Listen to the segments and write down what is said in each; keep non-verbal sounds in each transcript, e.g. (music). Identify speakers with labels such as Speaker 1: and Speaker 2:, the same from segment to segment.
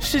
Speaker 1: 世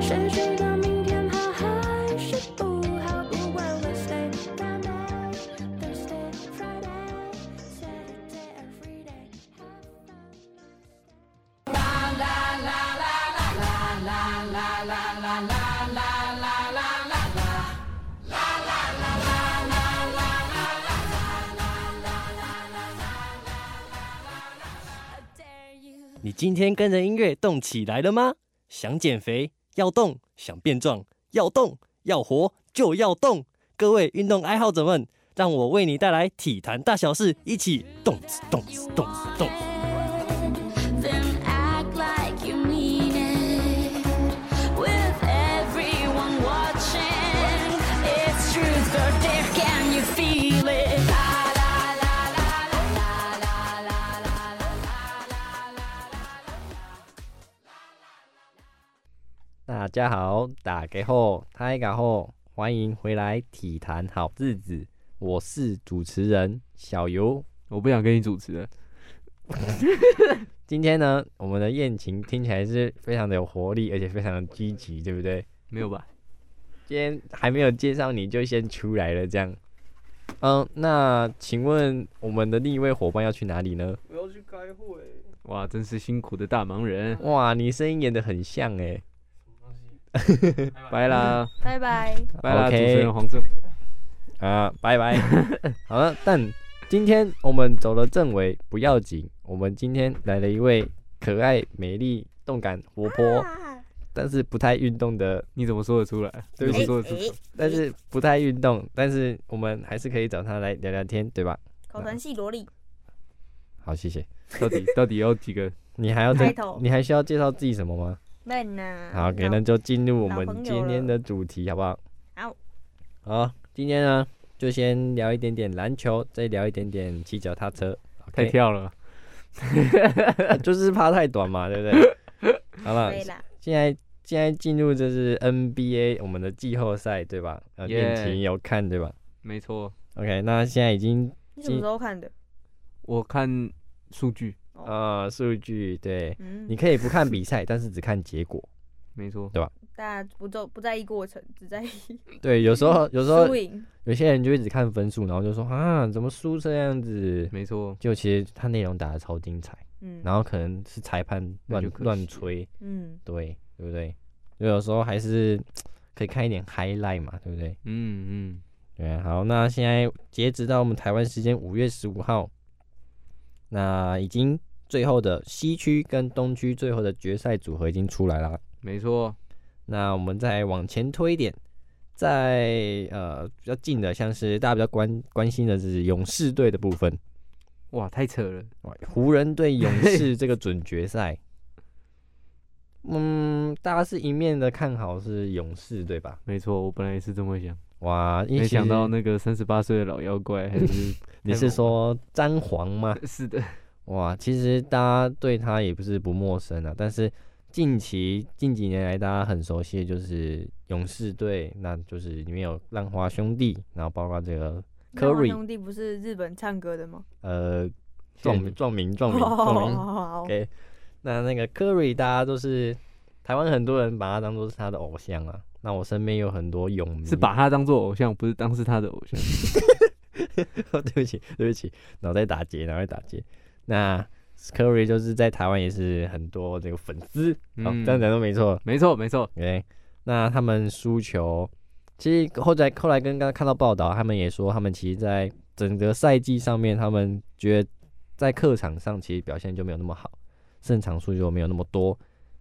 Speaker 2: 谁知道明天好还是不好？不管 Wednesday、Monday、Thursday、Friday、Saturday、every day。
Speaker 3: 你今天跟着音乐动起来了吗？想减肥要动，想变壮要动，要活就要动。各位运动爱好者们，让我为你带来体坛大小事，一起动次动次动次动次。
Speaker 2: Then act like you mean it. With everyone watching, it's truth or dare. Can you feel it? La, la, la, la, la, la, la, la, la.
Speaker 4: 大家好，打给后，大家好，欢迎回来《体坛好日子》，我是主持人小游。
Speaker 5: 我不想跟你主持了，
Speaker 4: (laughs) 今天呢，我们的宴情听起来是非常的有活力，而且非常的积极，对不对？
Speaker 5: 没有吧？
Speaker 4: 今天还没有介绍你就先出来了，这样。嗯，那请问我们的另一位伙伴要去哪里呢？
Speaker 5: 哇，真是辛苦的大忙人，
Speaker 4: 哇，你声音演得很像哎。 (laughs)
Speaker 5: 拜啦，
Speaker 6: 拜拜。
Speaker 5: 拜啦
Speaker 4: OK
Speaker 5: 主持人黄正。
Speaker 4: 啊，拜拜。好了，但今天我们走了正轨不要紧，我们今天来了一位可爱、美丽、动感、活泼，但是不太运动的，
Speaker 5: 你怎么说得出来？
Speaker 4: 对不
Speaker 5: 你
Speaker 4: 起
Speaker 5: 怎么说得出来？
Speaker 4: 但是不太运动，但是我们还是可以找他来聊聊天，对吧？
Speaker 6: 口传系萝莉，
Speaker 4: 好，谢谢。
Speaker 5: 到 (laughs) 底到底要几个？
Speaker 4: 你还要
Speaker 6: 开
Speaker 4: 再
Speaker 6: 头，
Speaker 4: 你还需要介绍自己什么吗？
Speaker 6: 嫩
Speaker 2: à,
Speaker 6: 呐、
Speaker 4: 好，
Speaker 6: 给
Speaker 4: 给那就进入我
Speaker 6: 老
Speaker 4: 们
Speaker 6: 朋友
Speaker 4: 今天
Speaker 6: 了
Speaker 4: 的主题，好不好？
Speaker 6: 好。
Speaker 4: 好，今天呢，就先聊一点点篮球，再聊一点点骑脚踏
Speaker 6: (laughs)
Speaker 4: 车。
Speaker 5: 太
Speaker 4: OK
Speaker 5: 跳了，
Speaker 4: (laughs) 就是怕太短嘛，对不对？
Speaker 6: (laughs)
Speaker 4: 好了，
Speaker 6: 对啦，
Speaker 4: 现在现在进入就是 NBA 我们的季后赛，对吧？呃，
Speaker 5: Yeah
Speaker 4: 恋情有看对吧
Speaker 5: 没错。
Speaker 4: ？OK，那现在已经
Speaker 6: 你什么时候看的？
Speaker 5: 我看数据，
Speaker 4: 呃数据对，
Speaker 6: 嗯，
Speaker 2: Ừ.
Speaker 4: 你可以不看比赛，但是只看结果。
Speaker 5: 没错。
Speaker 6: 大家不做不在意过程，只在意
Speaker 4: 对，有时候有时候
Speaker 6: 输赢。
Speaker 4: 有些人就会只看分数，然后就说啊怎么输这样子？
Speaker 5: 没错，
Speaker 4: 就其实他内容打的超精彩，
Speaker 6: 嗯，
Speaker 4: 然后可能是裁判
Speaker 5: 那
Speaker 4: 乱
Speaker 5: 就可惜
Speaker 4: 乱吹，
Speaker 6: 嗯，
Speaker 4: 对对不对？所以有时候还是可以看一点 highlight 嘛，对不对？
Speaker 5: 嗯嗯，
Speaker 4: 对，啊好，那现在截止到我们台湾时间五月十五号，那已经最后的西区跟东区最后的决赛组合已经出来啦。
Speaker 5: 没错，
Speaker 4: 那我们再往前推一点，在呃比较近的，像是大家比较关关心的是勇士队的部分，
Speaker 5: 哇，太扯了，
Speaker 4: 哇湖人对勇士这个准决赛，嗯，大家是一面的看好是勇士对吧？
Speaker 5: 没错，我本来也是这么想，
Speaker 4: 哇，因为
Speaker 5: 没
Speaker 4: 其
Speaker 5: 想到
Speaker 4: 实
Speaker 5: 那个三十八岁的老妖 (laughs) 怪还是
Speaker 4: 你
Speaker 5: 太
Speaker 4: 是
Speaker 5: 猛了
Speaker 4: 说詹皇吗？
Speaker 5: (laughs) 是的，
Speaker 4: 哇，其实大家对他也不是不陌生啊，但是近期近几年来，大家很熟悉的就是勇士队，那就是里面有浪花兄弟，然后包括这个
Speaker 6: 浪花
Speaker 4: Curry
Speaker 6: 兄弟不是日本唱歌的吗？
Speaker 4: 呃
Speaker 5: 谢
Speaker 4: 壮
Speaker 5: 谢
Speaker 4: 民壮民壮民壮民
Speaker 6: 哦，
Speaker 4: ，OK，那那个 Curry 大家都是台湾很多人把他当做是他的偶像啊，那我身边有很多勇迷，(laughs)
Speaker 5: 是把他当做偶像，不是当是他的偶像。
Speaker 4: 对不起，对不起，脑袋打结，脑袋打结。那 Curry 就是在台湾也是很多这个粉丝，哦，
Speaker 7: 嗯
Speaker 4: 这样讲都没错。
Speaker 7: 没错没错，
Speaker 4: 对，那他们输球，其实后来后来跟刚刚看到报道，他们也说他们其实在整个赛季上面，他们觉得在客场上其实表现就没有那么好，胜场数就没有那么多。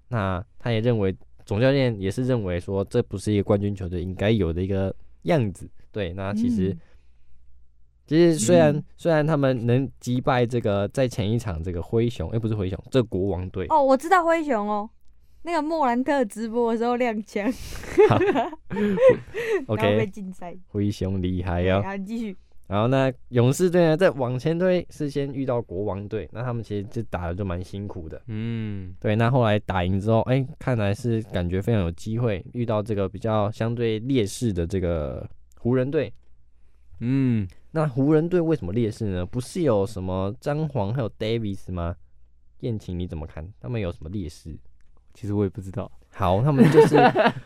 Speaker 4: 那他也认为总教练也是认为说这不是一个冠军球队应该有的一个样子。对，那其实、其实虽然、虽然他们能击败这个在前一场这个灰熊，哎、不是灰熊，这国王队，
Speaker 6: 哦，我知道灰熊哦，那个莫兰特直播的时候踉跄，
Speaker 4: OK
Speaker 6: 然后被禁赛。
Speaker 4: 灰熊厉害
Speaker 6: 对啊
Speaker 4: 哦。
Speaker 8: 啊
Speaker 6: 好，你继续。
Speaker 4: 然后呢，勇士队呢在往前推是先遇到国王队，那他们其实就打的就蛮辛苦的。
Speaker 7: 嗯，
Speaker 4: 对，那后来打赢之后，哎，看来是感觉非常有机会遇到这个比较相对劣势的这个湖人队。
Speaker 7: 嗯，
Speaker 4: 那湖人队为什么劣势呢？不是有什么张皇还有 Davis 吗？燕晴你怎么看？他们有什么劣势？
Speaker 7: 其实我也不知道，
Speaker 4: 好，他们就是，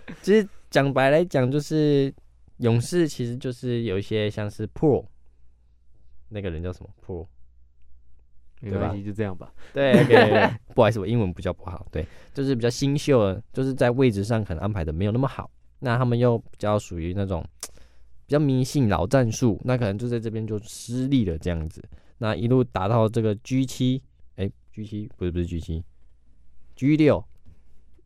Speaker 4: (laughs) 其实讲白来讲，就是勇士其实就是有一些像是 Pro 那个人叫什么 Pro。
Speaker 7: 没
Speaker 4: 对吧
Speaker 7: 关系，就这样吧。
Speaker 4: (laughs) 对，OK，不好意思，我英文比较不好。对，就是比较新秀的，就是在位置上可能安排的没有那么好。那他们又比较属于那种比较迷信老战术，那可能就在这边就失利了这样子。那一路打到这个 G 七，哎，G 七不是不是 G 七，G 六。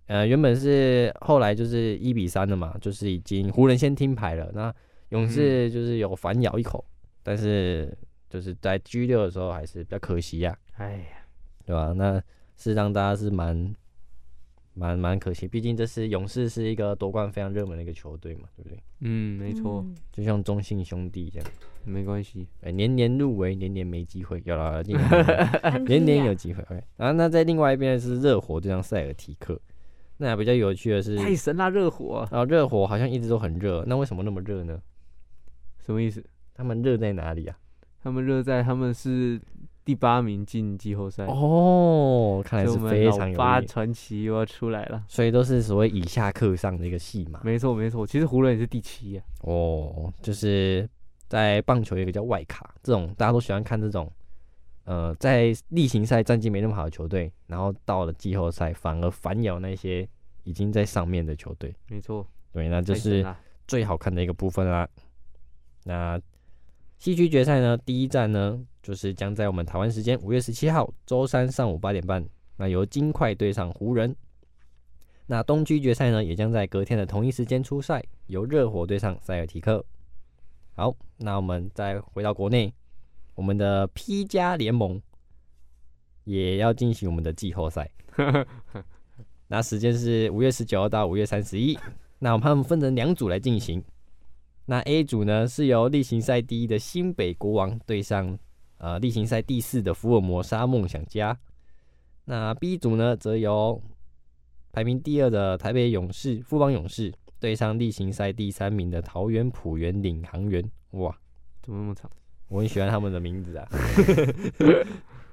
Speaker 4: 呃，原本是后来就是一比三了嘛，就是已经湖人先听牌了，那勇士就是有反咬一口，但是就是在 G 六的时候还是比较可惜啊呀、
Speaker 7: 哎呀，
Speaker 4: 对吧、那是让大家是蛮蛮蛮可惜，毕竟这是勇士是一个夺冠非常热门的一个球队嘛，对不对？
Speaker 7: 嗯，没错，
Speaker 4: (laughs)
Speaker 6: 嗯
Speaker 4: 就像中信兄弟这样，
Speaker 7: 没关系。
Speaker 4: 哎、年年入围，年年没机会，有了，年年有
Speaker 7: (laughs)
Speaker 4: 机会
Speaker 6: 啊
Speaker 4: 年年
Speaker 7: 啊
Speaker 4: 有机会。OK，然后那在另外一边是热火对上塞尔提克，那比较有趣的是，
Speaker 7: 太神啦，热火啊，
Speaker 4: 啊，热火好像一直都很热，那为什么那么热呢？
Speaker 7: 什么意思？
Speaker 4: 他们热在哪里啊？
Speaker 7: 他们热在他们是第八名进季后赛，
Speaker 4: 哦，看来
Speaker 7: 所以我
Speaker 4: 是
Speaker 7: 们
Speaker 4: 非常
Speaker 7: 老
Speaker 4: 有
Speaker 7: 八
Speaker 4: 意
Speaker 7: 传奇又要出来了。
Speaker 4: 所以都是所谓以下克上的一个戏嘛。
Speaker 7: 没错没错，其实湖人也是第七啊。
Speaker 4: 哦，就是在棒球有一个叫外卡，这种大家都喜欢看这种，呃，在例行赛战绩没那么好的球队，然后到了季后赛反而反咬那些已经在上面的球队。
Speaker 7: 没错，
Speaker 4: 对，那就
Speaker 7: 太
Speaker 5: 哎
Speaker 7: 神
Speaker 4: 是
Speaker 7: 啦
Speaker 4: 最好看的一个部分啦。那西区决赛呢，第一站呢，就是将在我们台湾时间五月十七号周三上午八点半，那由金块对上湖人。那东区决赛呢，也将在隔天的同一时间出赛，由热火对上塞尔提克。好，那我们再回到国内，我们的 P 加联盟也要进行我们的季后赛，那时间是五月十九号到五月三十一。那我们把它们分成两组来进行。那 A 组呢是由例行赛第一的新北国王对上呃例行赛第四的福尔摩沙梦想家。那 B 组呢则由排名第二的台北勇士富邦勇士对上例行赛第三名的桃园浦原领航员。哇，
Speaker 7: (laughs) 怎么那么长？
Speaker 4: 我很喜欢他们的名字啊， (laughs)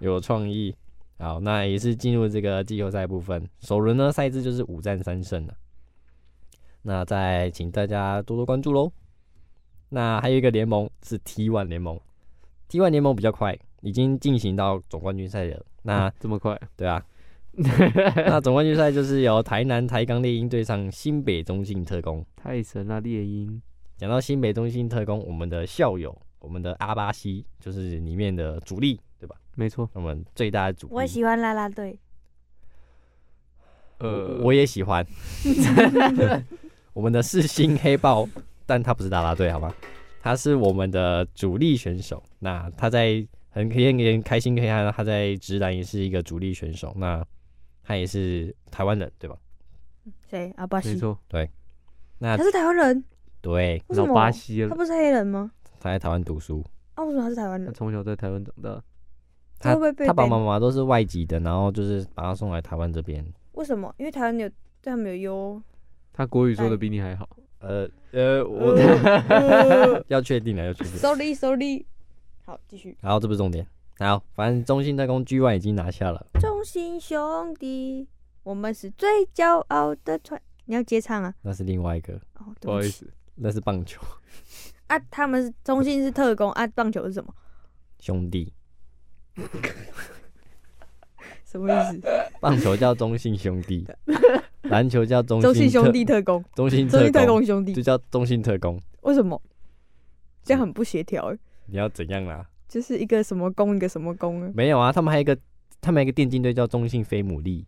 Speaker 4: 有创意。好，那也是进入这个季后赛部分。首轮呢，赛制就是五战三胜了。那再请大家多多关注喽。那还有一个联盟是 T1 联盟，T1 联盟比较快，已经进行到总冠军赛了。
Speaker 5: (laughs)
Speaker 4: 那
Speaker 7: 这么快？
Speaker 4: 对啊，那总冠军赛就是由台南台钢猎鹰对上新北中信特工。
Speaker 7: 太神啦，猎鹰。
Speaker 4: 讲到新北中信特工，我们的校友，我们的阿巴西，就是里面的主力，对吧？
Speaker 7: 没错，
Speaker 4: 我们最大的主力，
Speaker 6: 我喜欢啦啦队，
Speaker 4: 我我也喜 (laughs) 欢。我们的世星黑豹，但他不是啦啦队，好吗？他是我们的主力选手。那他在很可以很开心可以看到他在直男也是一个主力选手。那他也是台湾人，对吧？
Speaker 8: 谁？阿巴
Speaker 7: 没
Speaker 8: 西？
Speaker 7: 错，
Speaker 4: 那
Speaker 8: 他是台湾人？
Speaker 4: 对，
Speaker 8: 为什
Speaker 7: 老
Speaker 8: 么
Speaker 7: 巴西
Speaker 8: 他
Speaker 7: 了。
Speaker 8: 不是黑人吗？
Speaker 4: 他在台湾读书，
Speaker 8: 啊，为什么他是台湾
Speaker 7: 他
Speaker 8: 人？
Speaker 7: 从小在台湾长大，
Speaker 8: 他
Speaker 4: 他
Speaker 8: 会不会被
Speaker 4: 他爸
Speaker 8: ban？
Speaker 4: 爸妈妈都是外籍的，然后就是把他送来台湾这边。
Speaker 8: 为什么？因为台湾有对他们有
Speaker 4: (laughs)
Speaker 8: 优。 (laughs)
Speaker 7: 他国语说的比你还好。
Speaker 4: 呃呃，我要确定了，要确定。
Speaker 8: Sorry Sorry。好，继续。
Speaker 4: 然后这不是重点。好，反正中信特工 G One 已经拿下了。
Speaker 8: 中心兄弟，我们是最骄傲的团。你要接唱啊？
Speaker 4: 那是另外一个，
Speaker 8: 哦，对
Speaker 7: 不好
Speaker 8: 不
Speaker 7: 意
Speaker 8: 起
Speaker 7: 思，
Speaker 4: 那是棒球
Speaker 8: 啊，他们是中心是特工啊，棒球是什么？
Speaker 4: 兄弟。
Speaker 6: 什么意思？
Speaker 4: 棒球叫中信兄
Speaker 6: (laughs)
Speaker 4: 弟，篮球叫中
Speaker 6: 中
Speaker 4: 信
Speaker 6: 信
Speaker 4: 特
Speaker 6: 兄弟特工，
Speaker 4: 中信
Speaker 6: 中信特
Speaker 4: 特工
Speaker 6: 工兄弟
Speaker 4: 就，叫中信特工。
Speaker 6: 为什么？这样很不协调欸，
Speaker 4: 你要怎样啦？
Speaker 6: 就是一个什么工，一个什么工啊？
Speaker 4: 没有啊，他们还有一个，他们还有一个电竞队叫中信飞姆利，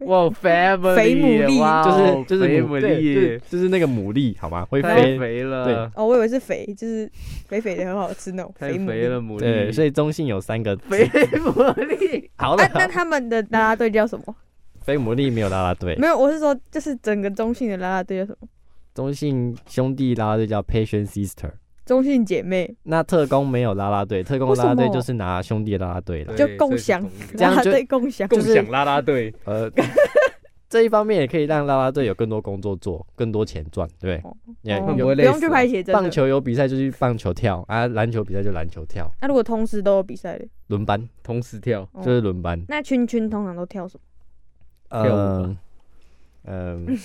Speaker 5: 哇，family，
Speaker 6: 肥牡蛎
Speaker 5: 哇
Speaker 7: 哦
Speaker 4: 就是就是
Speaker 5: 肥
Speaker 4: 牡对
Speaker 5: 牡
Speaker 4: 就是
Speaker 5: 蛎，
Speaker 4: 就是那个牡蛎，好吗？会
Speaker 5: 太
Speaker 4: 飞。
Speaker 5: 肥
Speaker 4: 对
Speaker 5: 了，
Speaker 6: 哦，我以为是肥，就是肥肥的，很好吃那种
Speaker 5: (laughs) 太
Speaker 6: 母
Speaker 5: 肥
Speaker 6: 蛎
Speaker 5: 了，牡蛎，
Speaker 4: 对，所以中信有三个字。
Speaker 5: 肥牡蛎，
Speaker 4: (laughs) 好了
Speaker 6: 啊，，那他们的啦啦队叫什么？
Speaker 4: 飞牡蛎没有啦啦队，
Speaker 6: 没有，我是说，就是整个中性的啦啦队叫什么？
Speaker 4: 中信兄弟啦啦队叫 Patient Sister。
Speaker 6: 中性姐妹，
Speaker 4: 那特工没有啦啦队，特工
Speaker 6: 为什
Speaker 4: 啦啦队
Speaker 6: 么
Speaker 4: 就是拿兄弟啦啦队了。
Speaker 6: 就共享
Speaker 4: 这样
Speaker 6: 啦啦
Speaker 4: 就
Speaker 6: 队共享，
Speaker 5: 共享啦啦队，
Speaker 4: 呃， (laughs) 这一方面也可以让啦啦队有更多工作做，更多钱赚，对不
Speaker 6: 哦
Speaker 4: 对？也
Speaker 5: 那
Speaker 6: 哦
Speaker 5: 不
Speaker 4: 有
Speaker 5: 会
Speaker 6: 不
Speaker 5: 累死
Speaker 6: 用去拍写真的
Speaker 4: (laughs) 棒。球有比赛就去棒球跳啊，篮球比赛就篮球跳，
Speaker 6: 那如果同时都有比赛的，
Speaker 4: 轮班
Speaker 5: 同时跳，
Speaker 6: 哦
Speaker 4: 就是轮班。
Speaker 6: 那圈圈通常都跳什么？
Speaker 4: 跳
Speaker 5: 跳舞
Speaker 4: 嗯嗯，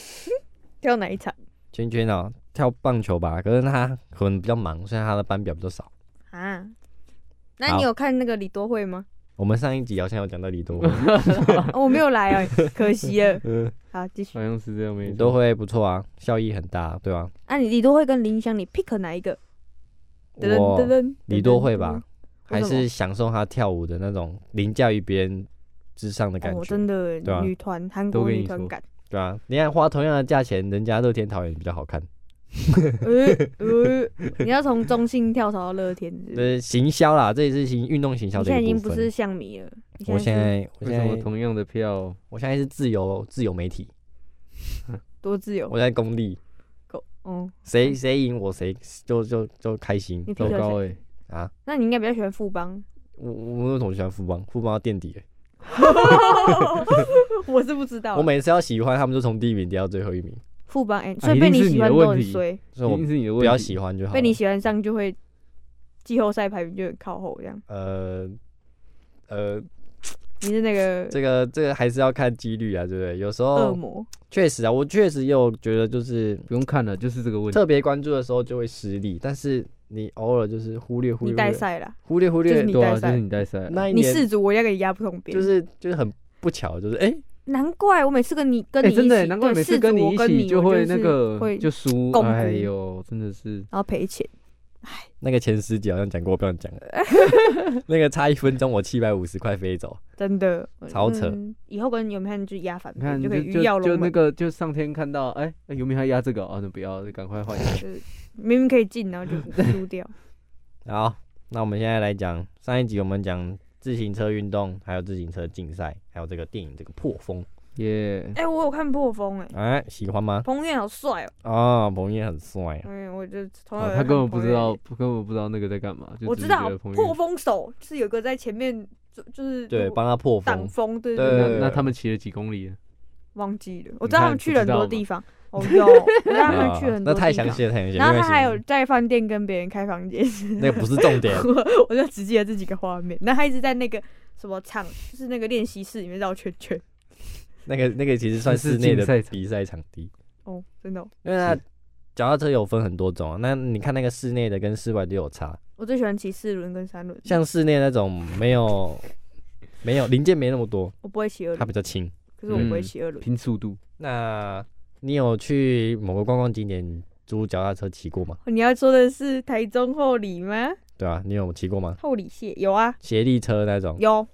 Speaker 6: 跳哪一场
Speaker 4: 圈圈哦，跳棒球吧，可是他可能比较忙，所以他的班表比较少。
Speaker 6: 啊？那
Speaker 4: 好
Speaker 6: 你有看那个李多
Speaker 4: (laughs)
Speaker 6: 惠吗？
Speaker 4: 我们上一集好像有讲到李多惠，
Speaker 6: 哦 (laughs) 我没有来啊，可惜
Speaker 4: (laughs)
Speaker 6: 了。
Speaker 4: 嗯
Speaker 6: 好，继续
Speaker 5: 好。像是这样，没
Speaker 4: 李
Speaker 5: 错
Speaker 4: 多惠不错啊，效益很大，对吧、
Speaker 6: 啊，你李多惠跟林湘，你 pick 哪一个？噔噔噔
Speaker 4: 我
Speaker 6: 噔
Speaker 4: 李多惠吧，还
Speaker 6: 为什么
Speaker 4: 是享受她跳舞的那种凌驾于别人之上的感
Speaker 6: 哦，
Speaker 4: 觉，
Speaker 6: 真的
Speaker 4: 对啊
Speaker 6: 女团，韩
Speaker 5: 都
Speaker 6: 国
Speaker 5: 跟
Speaker 6: 女
Speaker 5: 你
Speaker 6: 团
Speaker 5: 说
Speaker 6: 感。
Speaker 4: 对啊，你看花同样的价钱，人家乐天桃园比较好看，
Speaker 6: 呃呃，你要从中性跳槽到乐天，是不是
Speaker 4: 呃，行销啦，这也是行运动行销
Speaker 6: 你
Speaker 4: 的
Speaker 6: 现在已
Speaker 4: 一
Speaker 6: 经
Speaker 4: 个部
Speaker 6: 不是
Speaker 4: 分。
Speaker 6: 象迷了，你
Speaker 4: 我现
Speaker 6: 是
Speaker 4: 在，我
Speaker 5: 为
Speaker 4: 现
Speaker 5: 什么
Speaker 4: 在，
Speaker 5: 同样的票？
Speaker 4: 我现在是自由自由媒体，
Speaker 6: 多自由
Speaker 4: 我在公立，
Speaker 6: 狗，嗯，
Speaker 4: 谁谁赢我谁就就就开心
Speaker 6: 你。
Speaker 5: 糟
Speaker 6: 平常
Speaker 5: 糕
Speaker 6: 谁？
Speaker 5: 哎，
Speaker 4: 啊，
Speaker 6: 那你应该比较喜欢富邦，
Speaker 4: (laughs)
Speaker 6: (laughs)
Speaker 4: 我我有同学喜欢富邦，富邦要垫底欸、
Speaker 6: 我是不知道啊。
Speaker 4: 我每次要喜欢他们就从第一名跌到最后一名，
Speaker 6: 富邦哎，
Speaker 5: 啊
Speaker 6: 所以
Speaker 5: 一
Speaker 6: 被
Speaker 5: 定
Speaker 6: 你
Speaker 5: 是
Speaker 6: 喜
Speaker 5: 你
Speaker 6: 欢
Speaker 5: 的
Speaker 6: 都
Speaker 5: 问
Speaker 6: 很
Speaker 5: 题
Speaker 6: 衰，
Speaker 4: 所以
Speaker 5: 一定
Speaker 4: 我
Speaker 5: 是你的问题，
Speaker 4: 不要喜欢就好了。
Speaker 6: 被你喜欢上就会季后赛排名就很靠后这样。
Speaker 4: 呃呃，
Speaker 6: 你是那个
Speaker 4: 这个这个还是要看几率啊，对不对？有时
Speaker 6: 恶
Speaker 4: 候
Speaker 6: 魔，
Speaker 4: 确实啊，我确实也有觉得就是
Speaker 5: 不用看了，就是这个问题。
Speaker 4: 特别关注的时候就会失利，但是你偶尔就是忽略忽
Speaker 6: 你
Speaker 4: 略
Speaker 6: 带赛啦，
Speaker 4: 忽略忽
Speaker 6: 就是
Speaker 4: 略
Speaker 6: 你
Speaker 5: 对啊，
Speaker 6: 带赛
Speaker 5: 就是你带赛，
Speaker 4: 那一
Speaker 6: 你
Speaker 4: 年
Speaker 6: 四组我要给你压不同边，
Speaker 4: 就是就是很不巧，就是哎、
Speaker 6: 难怪我每次跟你跟你
Speaker 5: 哎，
Speaker 6: 一起，
Speaker 5: 真的耶，难怪
Speaker 6: 对
Speaker 5: 每次
Speaker 6: 四
Speaker 5: 跟
Speaker 6: 组我
Speaker 5: 你
Speaker 6: 你
Speaker 5: 一起就
Speaker 6: 我
Speaker 5: 会那
Speaker 6: 是
Speaker 5: 个
Speaker 6: 会
Speaker 5: 就输，
Speaker 6: 共
Speaker 5: 哎
Speaker 6: 辜
Speaker 5: 呦，真的是
Speaker 6: 然后赔钱，
Speaker 4: 那个前十集好像讲过，我不想讲
Speaker 6: (laughs)
Speaker 4: 了。 (laughs) 那个差一分钟，我七百五十块飞走，
Speaker 6: 真的
Speaker 4: 超扯
Speaker 6: 嗯以后跟有没有看就压反
Speaker 5: 你
Speaker 6: 边
Speaker 5: 看
Speaker 6: 就
Speaker 5: 就
Speaker 6: 可以鱼
Speaker 5: 就
Speaker 6: 跃
Speaker 5: 就
Speaker 6: 龙
Speaker 5: 那
Speaker 6: 门，
Speaker 5: 个就上天看到，哎，哎有没有还压这个啊？那不要，赶快
Speaker 6: (laughs)
Speaker 5: 换一个。
Speaker 6: 就是明明可以进，然后就输掉。 (laughs)
Speaker 4: 好，那我们现在来讲上一集，我们讲自行车运动，还有自行车竞赛，还有这个电影这个破风，
Speaker 5: 耶，
Speaker 6: 哎，我有看破风哎，
Speaker 4: 哎、喜欢吗？
Speaker 6: 彭于晏好帅哦，
Speaker 4: 啊、彭于晏很帅啊，
Speaker 6: 嗯，我就从小
Speaker 5: 哦
Speaker 6: 就
Speaker 5: 他
Speaker 6: 看
Speaker 5: 根本不
Speaker 6: 彭于
Speaker 5: 知
Speaker 6: 晏
Speaker 5: 道，根本不知道那个在干嘛。就
Speaker 6: 欸我
Speaker 5: 只
Speaker 6: 知
Speaker 5: 是
Speaker 6: 道
Speaker 5: 觉得彭于晏
Speaker 6: 破风手就是有个在前面就就是
Speaker 4: 对，
Speaker 6: 路
Speaker 4: 帮他破
Speaker 6: 嗯挡
Speaker 4: 风，
Speaker 6: 风，对
Speaker 4: 对
Speaker 6: 对，
Speaker 5: 那那他们骑了几公里了？
Speaker 6: 忘记了，我知道他们去了很多地方，哦
Speaker 5: 不
Speaker 6: 有，我知道他
Speaker 4: (laughs) 啊
Speaker 6: 们去了很
Speaker 4: 那
Speaker 6: 多
Speaker 4: 太
Speaker 6: 地
Speaker 4: 详
Speaker 6: 方。
Speaker 4: 细了，太详细了。
Speaker 6: 然后
Speaker 4: 没
Speaker 6: 他
Speaker 4: 关系
Speaker 6: 还有在饭店跟别人开房间，
Speaker 4: (laughs) 那个不是重点，
Speaker 6: (laughs) 我我就只记得这几个画面。那他一直在那个什么场，就是那个练习室里面绕圈圈。
Speaker 4: 那个那个其实算
Speaker 5: 是
Speaker 4: 室内
Speaker 5: 竞赛
Speaker 4: 的
Speaker 5: 场
Speaker 4: 比赛场地，
Speaker 6: 哦，真的哦、
Speaker 4: 因为它
Speaker 5: 是
Speaker 4: 脚踏车有分很多种啊。那你看那个室内的跟室外都有差，
Speaker 6: 我最喜欢骑四轮跟三轮，
Speaker 4: 像室内那种没有没有零件没那么多，
Speaker 6: 我不会骑二
Speaker 4: 它
Speaker 6: 轮，
Speaker 4: 比较轻。
Speaker 6: 可是我不
Speaker 5: 嗯
Speaker 6: 会骑二轮。
Speaker 5: 拼速度，
Speaker 4: 那你有去某个观光景点租脚踏车骑过吗？
Speaker 6: 你要说的是台中后里吗？
Speaker 4: 对啊，你有骑过吗？
Speaker 6: 后里蟹有啊，
Speaker 4: 斜立车那种，
Speaker 6: 有，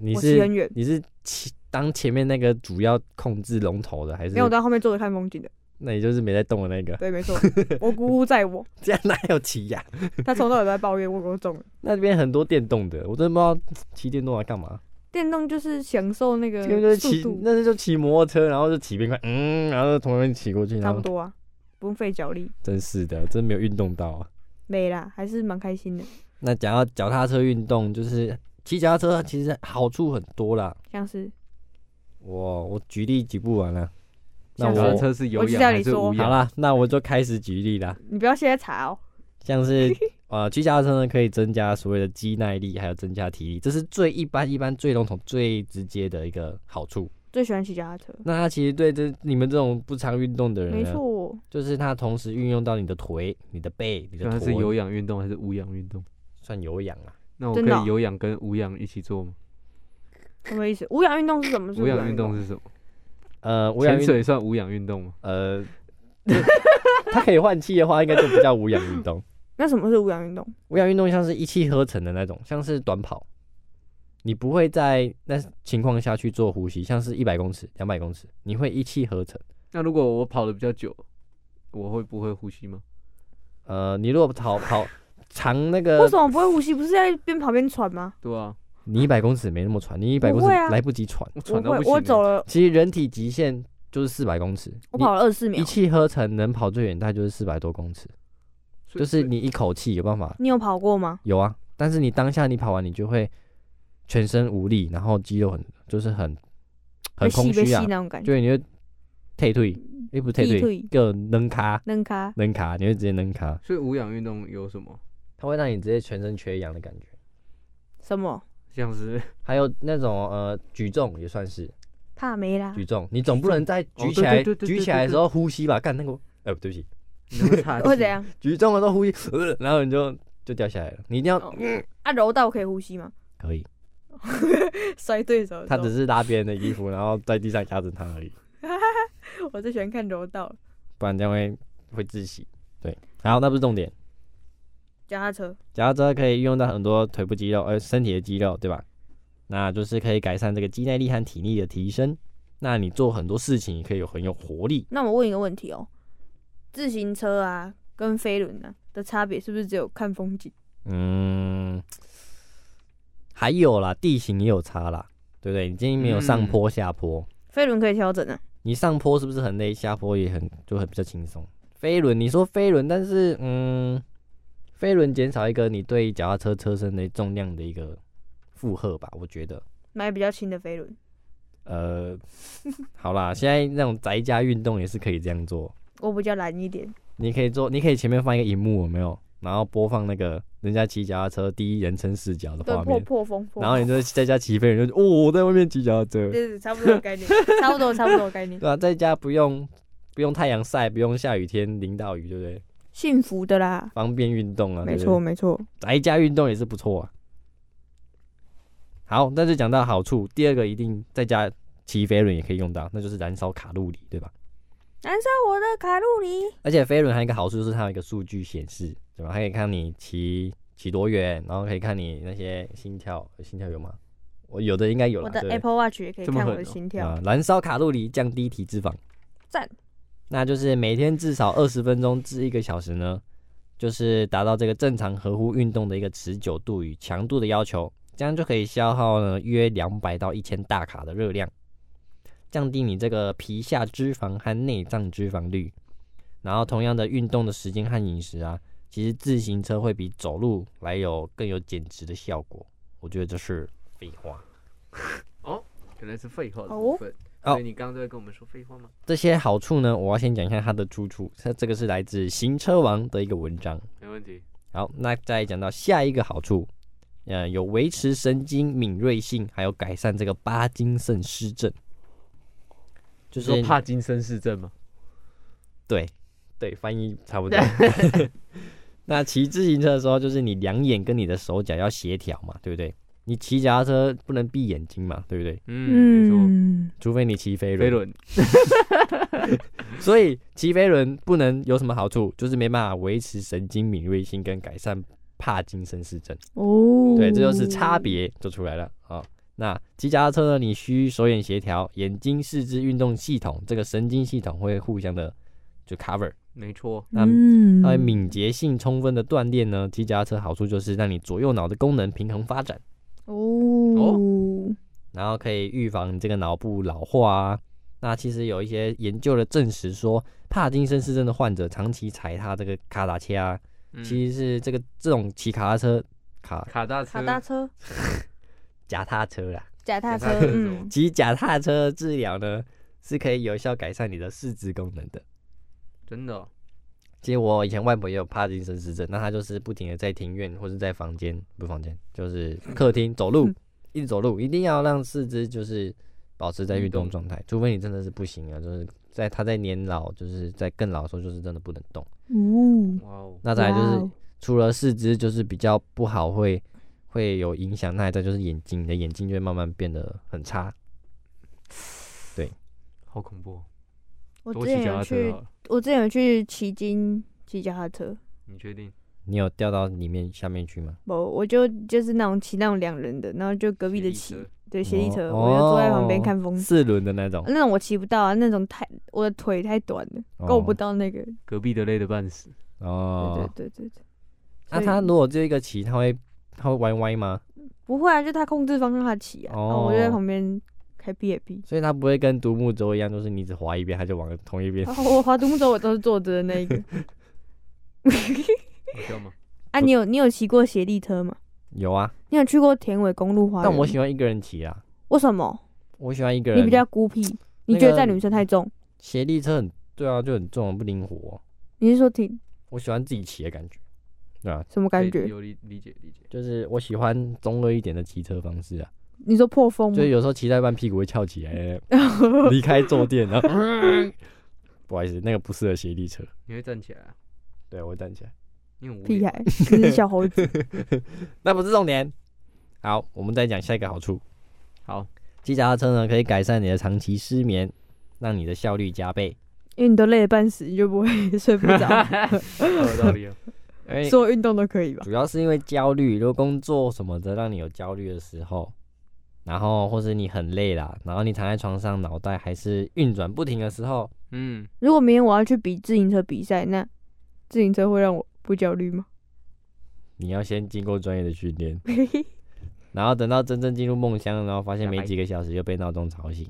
Speaker 4: 你
Speaker 6: 我骑
Speaker 4: 是
Speaker 6: 很远，
Speaker 4: 你是骑当前面那个主要控制龙头的，还是
Speaker 6: 没有我到后面坐着看风景的。
Speaker 4: 那你就是没在动的那个？ (laughs)
Speaker 6: 对，没错，我姑姑载我，
Speaker 4: 这样哪有骑呀、
Speaker 6: 她从头到尾都在抱怨我我中了。
Speaker 4: 那边很多电动的，我真的不知道骑电动来干嘛。
Speaker 6: 电动就是享受那个
Speaker 4: 这个就是
Speaker 6: 呃速
Speaker 4: 骑，
Speaker 6: 度，
Speaker 4: 那是就骑摩托车，然后就骑冰块，嗯，然后就从那边骑过去，
Speaker 6: 差
Speaker 4: 然
Speaker 6: 不
Speaker 4: 后
Speaker 6: 多啊，不用费脚力，
Speaker 4: 真是的，真没有运动到啊。
Speaker 6: 没啦，还是蛮开心的。
Speaker 4: 那讲到脚踏车运动，就是骑脚踏车其实好处很多啦。
Speaker 6: 像是
Speaker 4: 我我举例举不完了，那
Speaker 6: 像是
Speaker 5: 脚踏
Speaker 4: 我
Speaker 5: 车是有
Speaker 6: 我知
Speaker 5: 氧
Speaker 6: 道
Speaker 5: 还
Speaker 6: 你
Speaker 5: 是
Speaker 6: 说
Speaker 5: 无
Speaker 4: 好
Speaker 5: 氧？
Speaker 4: 啦，那我就开始举例啦，
Speaker 6: 你不要现在查哦，
Speaker 4: 像是 (laughs) 呃骑脚踏车呢可以增加所谓的肌耐力，还有增加体力，这是最一般一般最笼统最直接的一个好处。
Speaker 6: 最喜欢骑脚踏车，
Speaker 4: 那它其实对这你们这种不常运动的人，
Speaker 6: 没，错，
Speaker 4: 就是它同时运用到你的腿、你的背、你的
Speaker 5: 那啊它
Speaker 4: 臀，
Speaker 5: 是有氧运动还是无氧运动？
Speaker 4: 算有氧啊。
Speaker 5: 那我可
Speaker 6: 真的哦
Speaker 5: 以有氧跟无氧一起做吗？
Speaker 8: 什么意思？无氧运动是什么？是
Speaker 5: 无氧运动是什么？
Speaker 4: 呃，无氧
Speaker 5: 潜
Speaker 4: 运动，
Speaker 5: 水算无氧运动吗？
Speaker 4: 呃， (laughs) 它可以换气的话，应该就不叫无氧运动。
Speaker 8: 那什么是无氧运动？
Speaker 4: 无氧运动像是一气呵成的那种，像是短跑，你不会在那情况下去做呼吸，像是一百公尺、两百公尺，你会一气呵成。
Speaker 5: 那如果我跑的比较久，我会不会呼吸吗？
Speaker 4: 呃，你如果跑跑长那
Speaker 8: 为
Speaker 4: 个
Speaker 8: 什，么不会呼吸？不是在边跑边喘吗？
Speaker 5: 对啊，
Speaker 4: 你一百公尺没那么喘，你一百公尺
Speaker 8: 我会啊
Speaker 4: 来不及喘。
Speaker 8: 我
Speaker 5: 我喘到
Speaker 8: 会
Speaker 5: 不，行、欸
Speaker 8: 我走。了，
Speaker 4: 其实人体极限就是四百公尺，
Speaker 8: 我
Speaker 4: 你
Speaker 8: 跑了二十四
Speaker 4: 一
Speaker 8: 秒。
Speaker 4: 气呵成能跑最远，大概就是四百多公尺，
Speaker 5: 所
Speaker 4: 就
Speaker 5: 以
Speaker 4: 是你一口气有办法
Speaker 8: 你有跑过吗？
Speaker 4: 有啊，但是你当下你跑完，你就会全身无力，然后肌肉很就是很
Speaker 8: 被
Speaker 4: 很
Speaker 8: 吸
Speaker 4: 空
Speaker 8: 被
Speaker 4: 虚
Speaker 8: 吸
Speaker 4: 啊，
Speaker 8: 那种感觉。
Speaker 4: 就是你会退退，诶不是退
Speaker 8: 踢
Speaker 4: 退，
Speaker 8: 腿
Speaker 4: 就扔卡
Speaker 8: 能卡
Speaker 4: 扔卡，你会直接扔卡，
Speaker 5: 所以无氧运动有什么？
Speaker 4: 它会让你直接全身缺氧的感觉。
Speaker 8: 什么？
Speaker 5: 像 (laughs) 是
Speaker 4: 还有那种呃举重也算是
Speaker 8: 帕梅拉
Speaker 4: 举重，你总不能在举
Speaker 5: 哦对
Speaker 4: 起来
Speaker 5: 对对对
Speaker 4: 举
Speaker 5: 对
Speaker 4: 起
Speaker 5: 对
Speaker 4: 来的
Speaker 5: 对
Speaker 4: 时候呼吸吧？干那个，哎、对不起，
Speaker 8: 会怎？样？
Speaker 4: 举重的时候呼吸，呃然后你就就掉下来了。你一定要
Speaker 8: 哦啊，柔道可以呼吸吗？ (laughs)
Speaker 4: 可以，
Speaker 8: 摔对手的时
Speaker 4: 他
Speaker 8: 候，
Speaker 4: 只是拉别人的衣服，然后在地上压着他而已，
Speaker 8: 我最喜欢看柔道了，
Speaker 4: 不然这样会会窒息。对，然后那不是重点，
Speaker 8: 脚踏车。
Speaker 4: 脚踏车可以运用到很多腿部肌肉，呃，身体的肌肉，对吧？那就是可以改善这个肌耐力和体力的提升。那你做很多事情也可以有很有活力。
Speaker 8: 那我问一个问题哦，自行车啊跟飞轮啊的差别是不是只有看风景？
Speaker 4: 嗯，还有啦，地形也有差啦，对不对？你今天没有上坡下坡，
Speaker 8: 飞轮可以调整啊，
Speaker 4: 你上坡是不是很累？下坡也很就很比较轻松。飞轮，你说飞轮，但是嗯，飞轮减少一个你对脚踏车车身的重量的一个负荷吧，我觉得。
Speaker 8: 买比较轻的飞轮。
Speaker 4: 呃， (laughs) 好啦，现在那种宅家运动也是可以这样做。
Speaker 8: 我比较懒一点，
Speaker 4: 你可以做，你可以前面放一个荧幕，有没有？然后播放那个人家骑脚踏车第一人称视角的
Speaker 8: 对
Speaker 4: 画
Speaker 8: 破
Speaker 4: 面，
Speaker 8: 破风破风，
Speaker 4: 然后你就在家骑飞轮，就哦，我在外面骑脚踏车。
Speaker 8: 对对，差不多的概念，差不多差不多的概
Speaker 4: (laughs)
Speaker 8: 念，
Speaker 4: 对啊，在家不用不用太阳晒，不用下雨天淋到雨，对不对？
Speaker 8: 幸福的啦，
Speaker 4: 方便运动啊，
Speaker 8: 没
Speaker 4: 对不
Speaker 8: 错
Speaker 4: 对，
Speaker 8: 没错。
Speaker 4: 宅家运动也是不错啊。好，那就讲到好处，第二个一定在家骑飞轮也可以用到，那就是燃烧卡路里，对吧？
Speaker 8: 燃烧我的卡路里，
Speaker 4: 而且飞轮还有一个好处就是它有一个数据显示，对吧？它可以看你骑骑多远，然后可以看你那些心跳，心跳有吗？我有的应该有
Speaker 8: 我
Speaker 4: 了，
Speaker 8: 的
Speaker 4: 对
Speaker 8: Apple Watch 也可以
Speaker 5: 这么
Speaker 8: 看我
Speaker 5: 狠
Speaker 8: 的
Speaker 5: 哦
Speaker 8: 心跳
Speaker 4: 啊，，燃烧卡路里，降低体脂肪，
Speaker 8: 赞。
Speaker 4: 那就是每天至少二十分钟至一个小时呢，就是达到这个正常合乎运动的一个持久度与强度的要求，这样就可以消耗呢约两百到一千大卡的热量，降低你这个皮下脂肪和内脏脂肪率。然后同样的运动的时间和饮食啊，其实自行车会比走路来有更有减脂的效果。我觉得这是废话。
Speaker 5: 原来是废话的
Speaker 8: 哦
Speaker 5: 部分。
Speaker 4: 哦
Speaker 5: 所以你刚刚都在跟我们说废话吗？
Speaker 4: 这些好处呢，我要先讲一下它的出处。它这个是来自行车王的一个文章。
Speaker 5: 没问题。
Speaker 4: 好，那再讲到下一个好处，呃，有维持神经敏锐性，还有改善这个巴金森氏症，就
Speaker 5: 就是是帕金森氏症吗？
Speaker 4: 对对，翻译差不多。 (laughs) 那骑自行车的时候，就是你两眼跟你的手脚要协调嘛，对不对？你骑脚踏车不能闭眼睛嘛，对不对？
Speaker 5: 嗯，没
Speaker 4: 除非你骑飞
Speaker 5: 错。飞
Speaker 4: 轮。
Speaker 5: 轮
Speaker 4: 所以骑飞轮不能有什么好处，就是没办法维持神经敏锐性跟改善帕金森氏症。
Speaker 9: 哦
Speaker 6: 嗯
Speaker 4: 对，这就是差别就出来了啊、那骑脚踏车呢，你需手眼协调、眼睛四肢运动系统，这个神经系统会互相的就 cover。
Speaker 5: 没错，
Speaker 4: 那
Speaker 9: 嗯
Speaker 4: 它会敏捷性充分的锻炼呢，骑脚踏车好处就是让你左右脑的功能平衡发展，
Speaker 9: 哦，
Speaker 4: 然后可以预防你这个脑部老化啊。那其实有一些研究的证实说，帕金森氏症的患者长期踩踏这个卡达车、啊，
Speaker 5: 嗯
Speaker 4: 其实是这个这种骑卡踏车、卡
Speaker 5: 卡大车，
Speaker 8: 卡踏车、
Speaker 4: 脚踏车啊啦，
Speaker 8: 脚踏车
Speaker 5: 脚踏，车是什么
Speaker 8: 嗯，
Speaker 4: 骑脚踏车治疗呢，是可以有效改善你的四肢功能的。
Speaker 5: 真的哦、
Speaker 4: 其实我以前外婆也有帕金森氏症，那她就是不停的在庭院或是在房间，不是房间就是客厅走
Speaker 9: 嗯
Speaker 4: 路，一直走路，一定要让四肢就是保持在运
Speaker 9: 嗯
Speaker 4: 动状态，除非你真的是不行啊，就是在她在年老，就是在更老的时候，就是真的不能动。
Speaker 9: 哦，
Speaker 5: 哇哦，
Speaker 4: 那再来就
Speaker 9: 哇
Speaker 4: 是
Speaker 9: 哦
Speaker 4: 除了四肢就是比较不好会，会会有影响，那一在就是眼睛，你的眼睛就会慢慢变得很差。对，
Speaker 5: 好恐怖、哦。
Speaker 6: 我
Speaker 5: 多
Speaker 6: 之
Speaker 5: 骑
Speaker 6: 前
Speaker 5: 脚
Speaker 6: 有
Speaker 5: 踏车
Speaker 6: 去
Speaker 5: 好了，
Speaker 6: 我之前有去骑金骑脚踏车，
Speaker 5: 你确定？
Speaker 4: 你有掉到里面下面去吗？
Speaker 6: 不，我就就是那种骑那种两人的，然后就隔壁的骑，对，斜立车，
Speaker 4: 哦
Speaker 6: 我就坐在旁边看风景。
Speaker 4: 四轮的那种
Speaker 6: 啊。那种我骑不到啊，那种太我的腿太短
Speaker 4: 哦
Speaker 6: 了，够不到那个。
Speaker 5: 隔壁的累得半 (laughs) 死，
Speaker 4: 哦
Speaker 6: 对，对对对对，
Speaker 4: 那
Speaker 6: 所以
Speaker 4: 他如果就一个骑，他会他会歪歪吗？
Speaker 6: 不会啊，就他控制方向他骑啊，然后我
Speaker 4: 哦
Speaker 6: 就在旁边开 B 也 B。
Speaker 4: 所以他不会跟独木舟一样，就是你只划一边，他就往同一边
Speaker 6: 然。后我滑独木舟我都是坐着的那一个。 (laughs)
Speaker 5: 好笑吗？
Speaker 6: 啊，你有你有骑过斜立车吗？
Speaker 4: 有啊，
Speaker 6: 你有去过田尾公路花园
Speaker 4: 但
Speaker 6: 吗？
Speaker 4: 我喜欢一个人骑啊，
Speaker 6: 为什么？
Speaker 4: 我喜欢一个人。
Speaker 6: 你比较孤僻，你
Speaker 4: 那
Speaker 6: 觉
Speaker 4: 个
Speaker 6: 得载女生太重？
Speaker 4: 斜立车很对啊，就很重，不灵活。
Speaker 6: 你是说挺
Speaker 4: 我喜欢自己骑的感觉，对啊，
Speaker 6: 什么感
Speaker 5: 可以
Speaker 6: 觉？
Speaker 5: 有理理解理解。
Speaker 4: 就是我喜欢中二一点的骑车方式啊，
Speaker 6: 你说破风吗
Speaker 4: 就？有时候骑到一半屁股会翘起
Speaker 6: (laughs)
Speaker 4: 来，离开坐垫，然后 (laughs) 不好意思，那个不适合斜立车。
Speaker 5: 你会站起来、啊？
Speaker 4: 对我会站起来，
Speaker 5: 你很无
Speaker 6: 屁
Speaker 5: (laughs) 聊。
Speaker 6: 孩，你是
Speaker 4: (laughs)
Speaker 6: 小猴子。
Speaker 4: 那不是重点。好，我们再讲下一个好处。
Speaker 5: 好，
Speaker 4: 骑脚踏车呢，可以改善你的长期失眠，让你的效率加倍。
Speaker 6: 因为你都累得半死，你就不会 (laughs) 睡不着，
Speaker 5: 有道理啊。
Speaker 4: 哎
Speaker 6: 所有运动都可以吧？
Speaker 4: 主要是因为焦虑，如果工作什么的让你有焦虑的时候，然后或是你很累啦，然后你躺在床上，脑袋还是运转不停的时候，
Speaker 5: 嗯，
Speaker 6: 如果明天我要去比自行车比赛，那自行车会让我不焦
Speaker 4: (laughs)
Speaker 6: 虑吗？
Speaker 4: 你要先经过专业的训练，然后等到真正进入梦乡，然后发现没几个小时就被闹钟吵醒，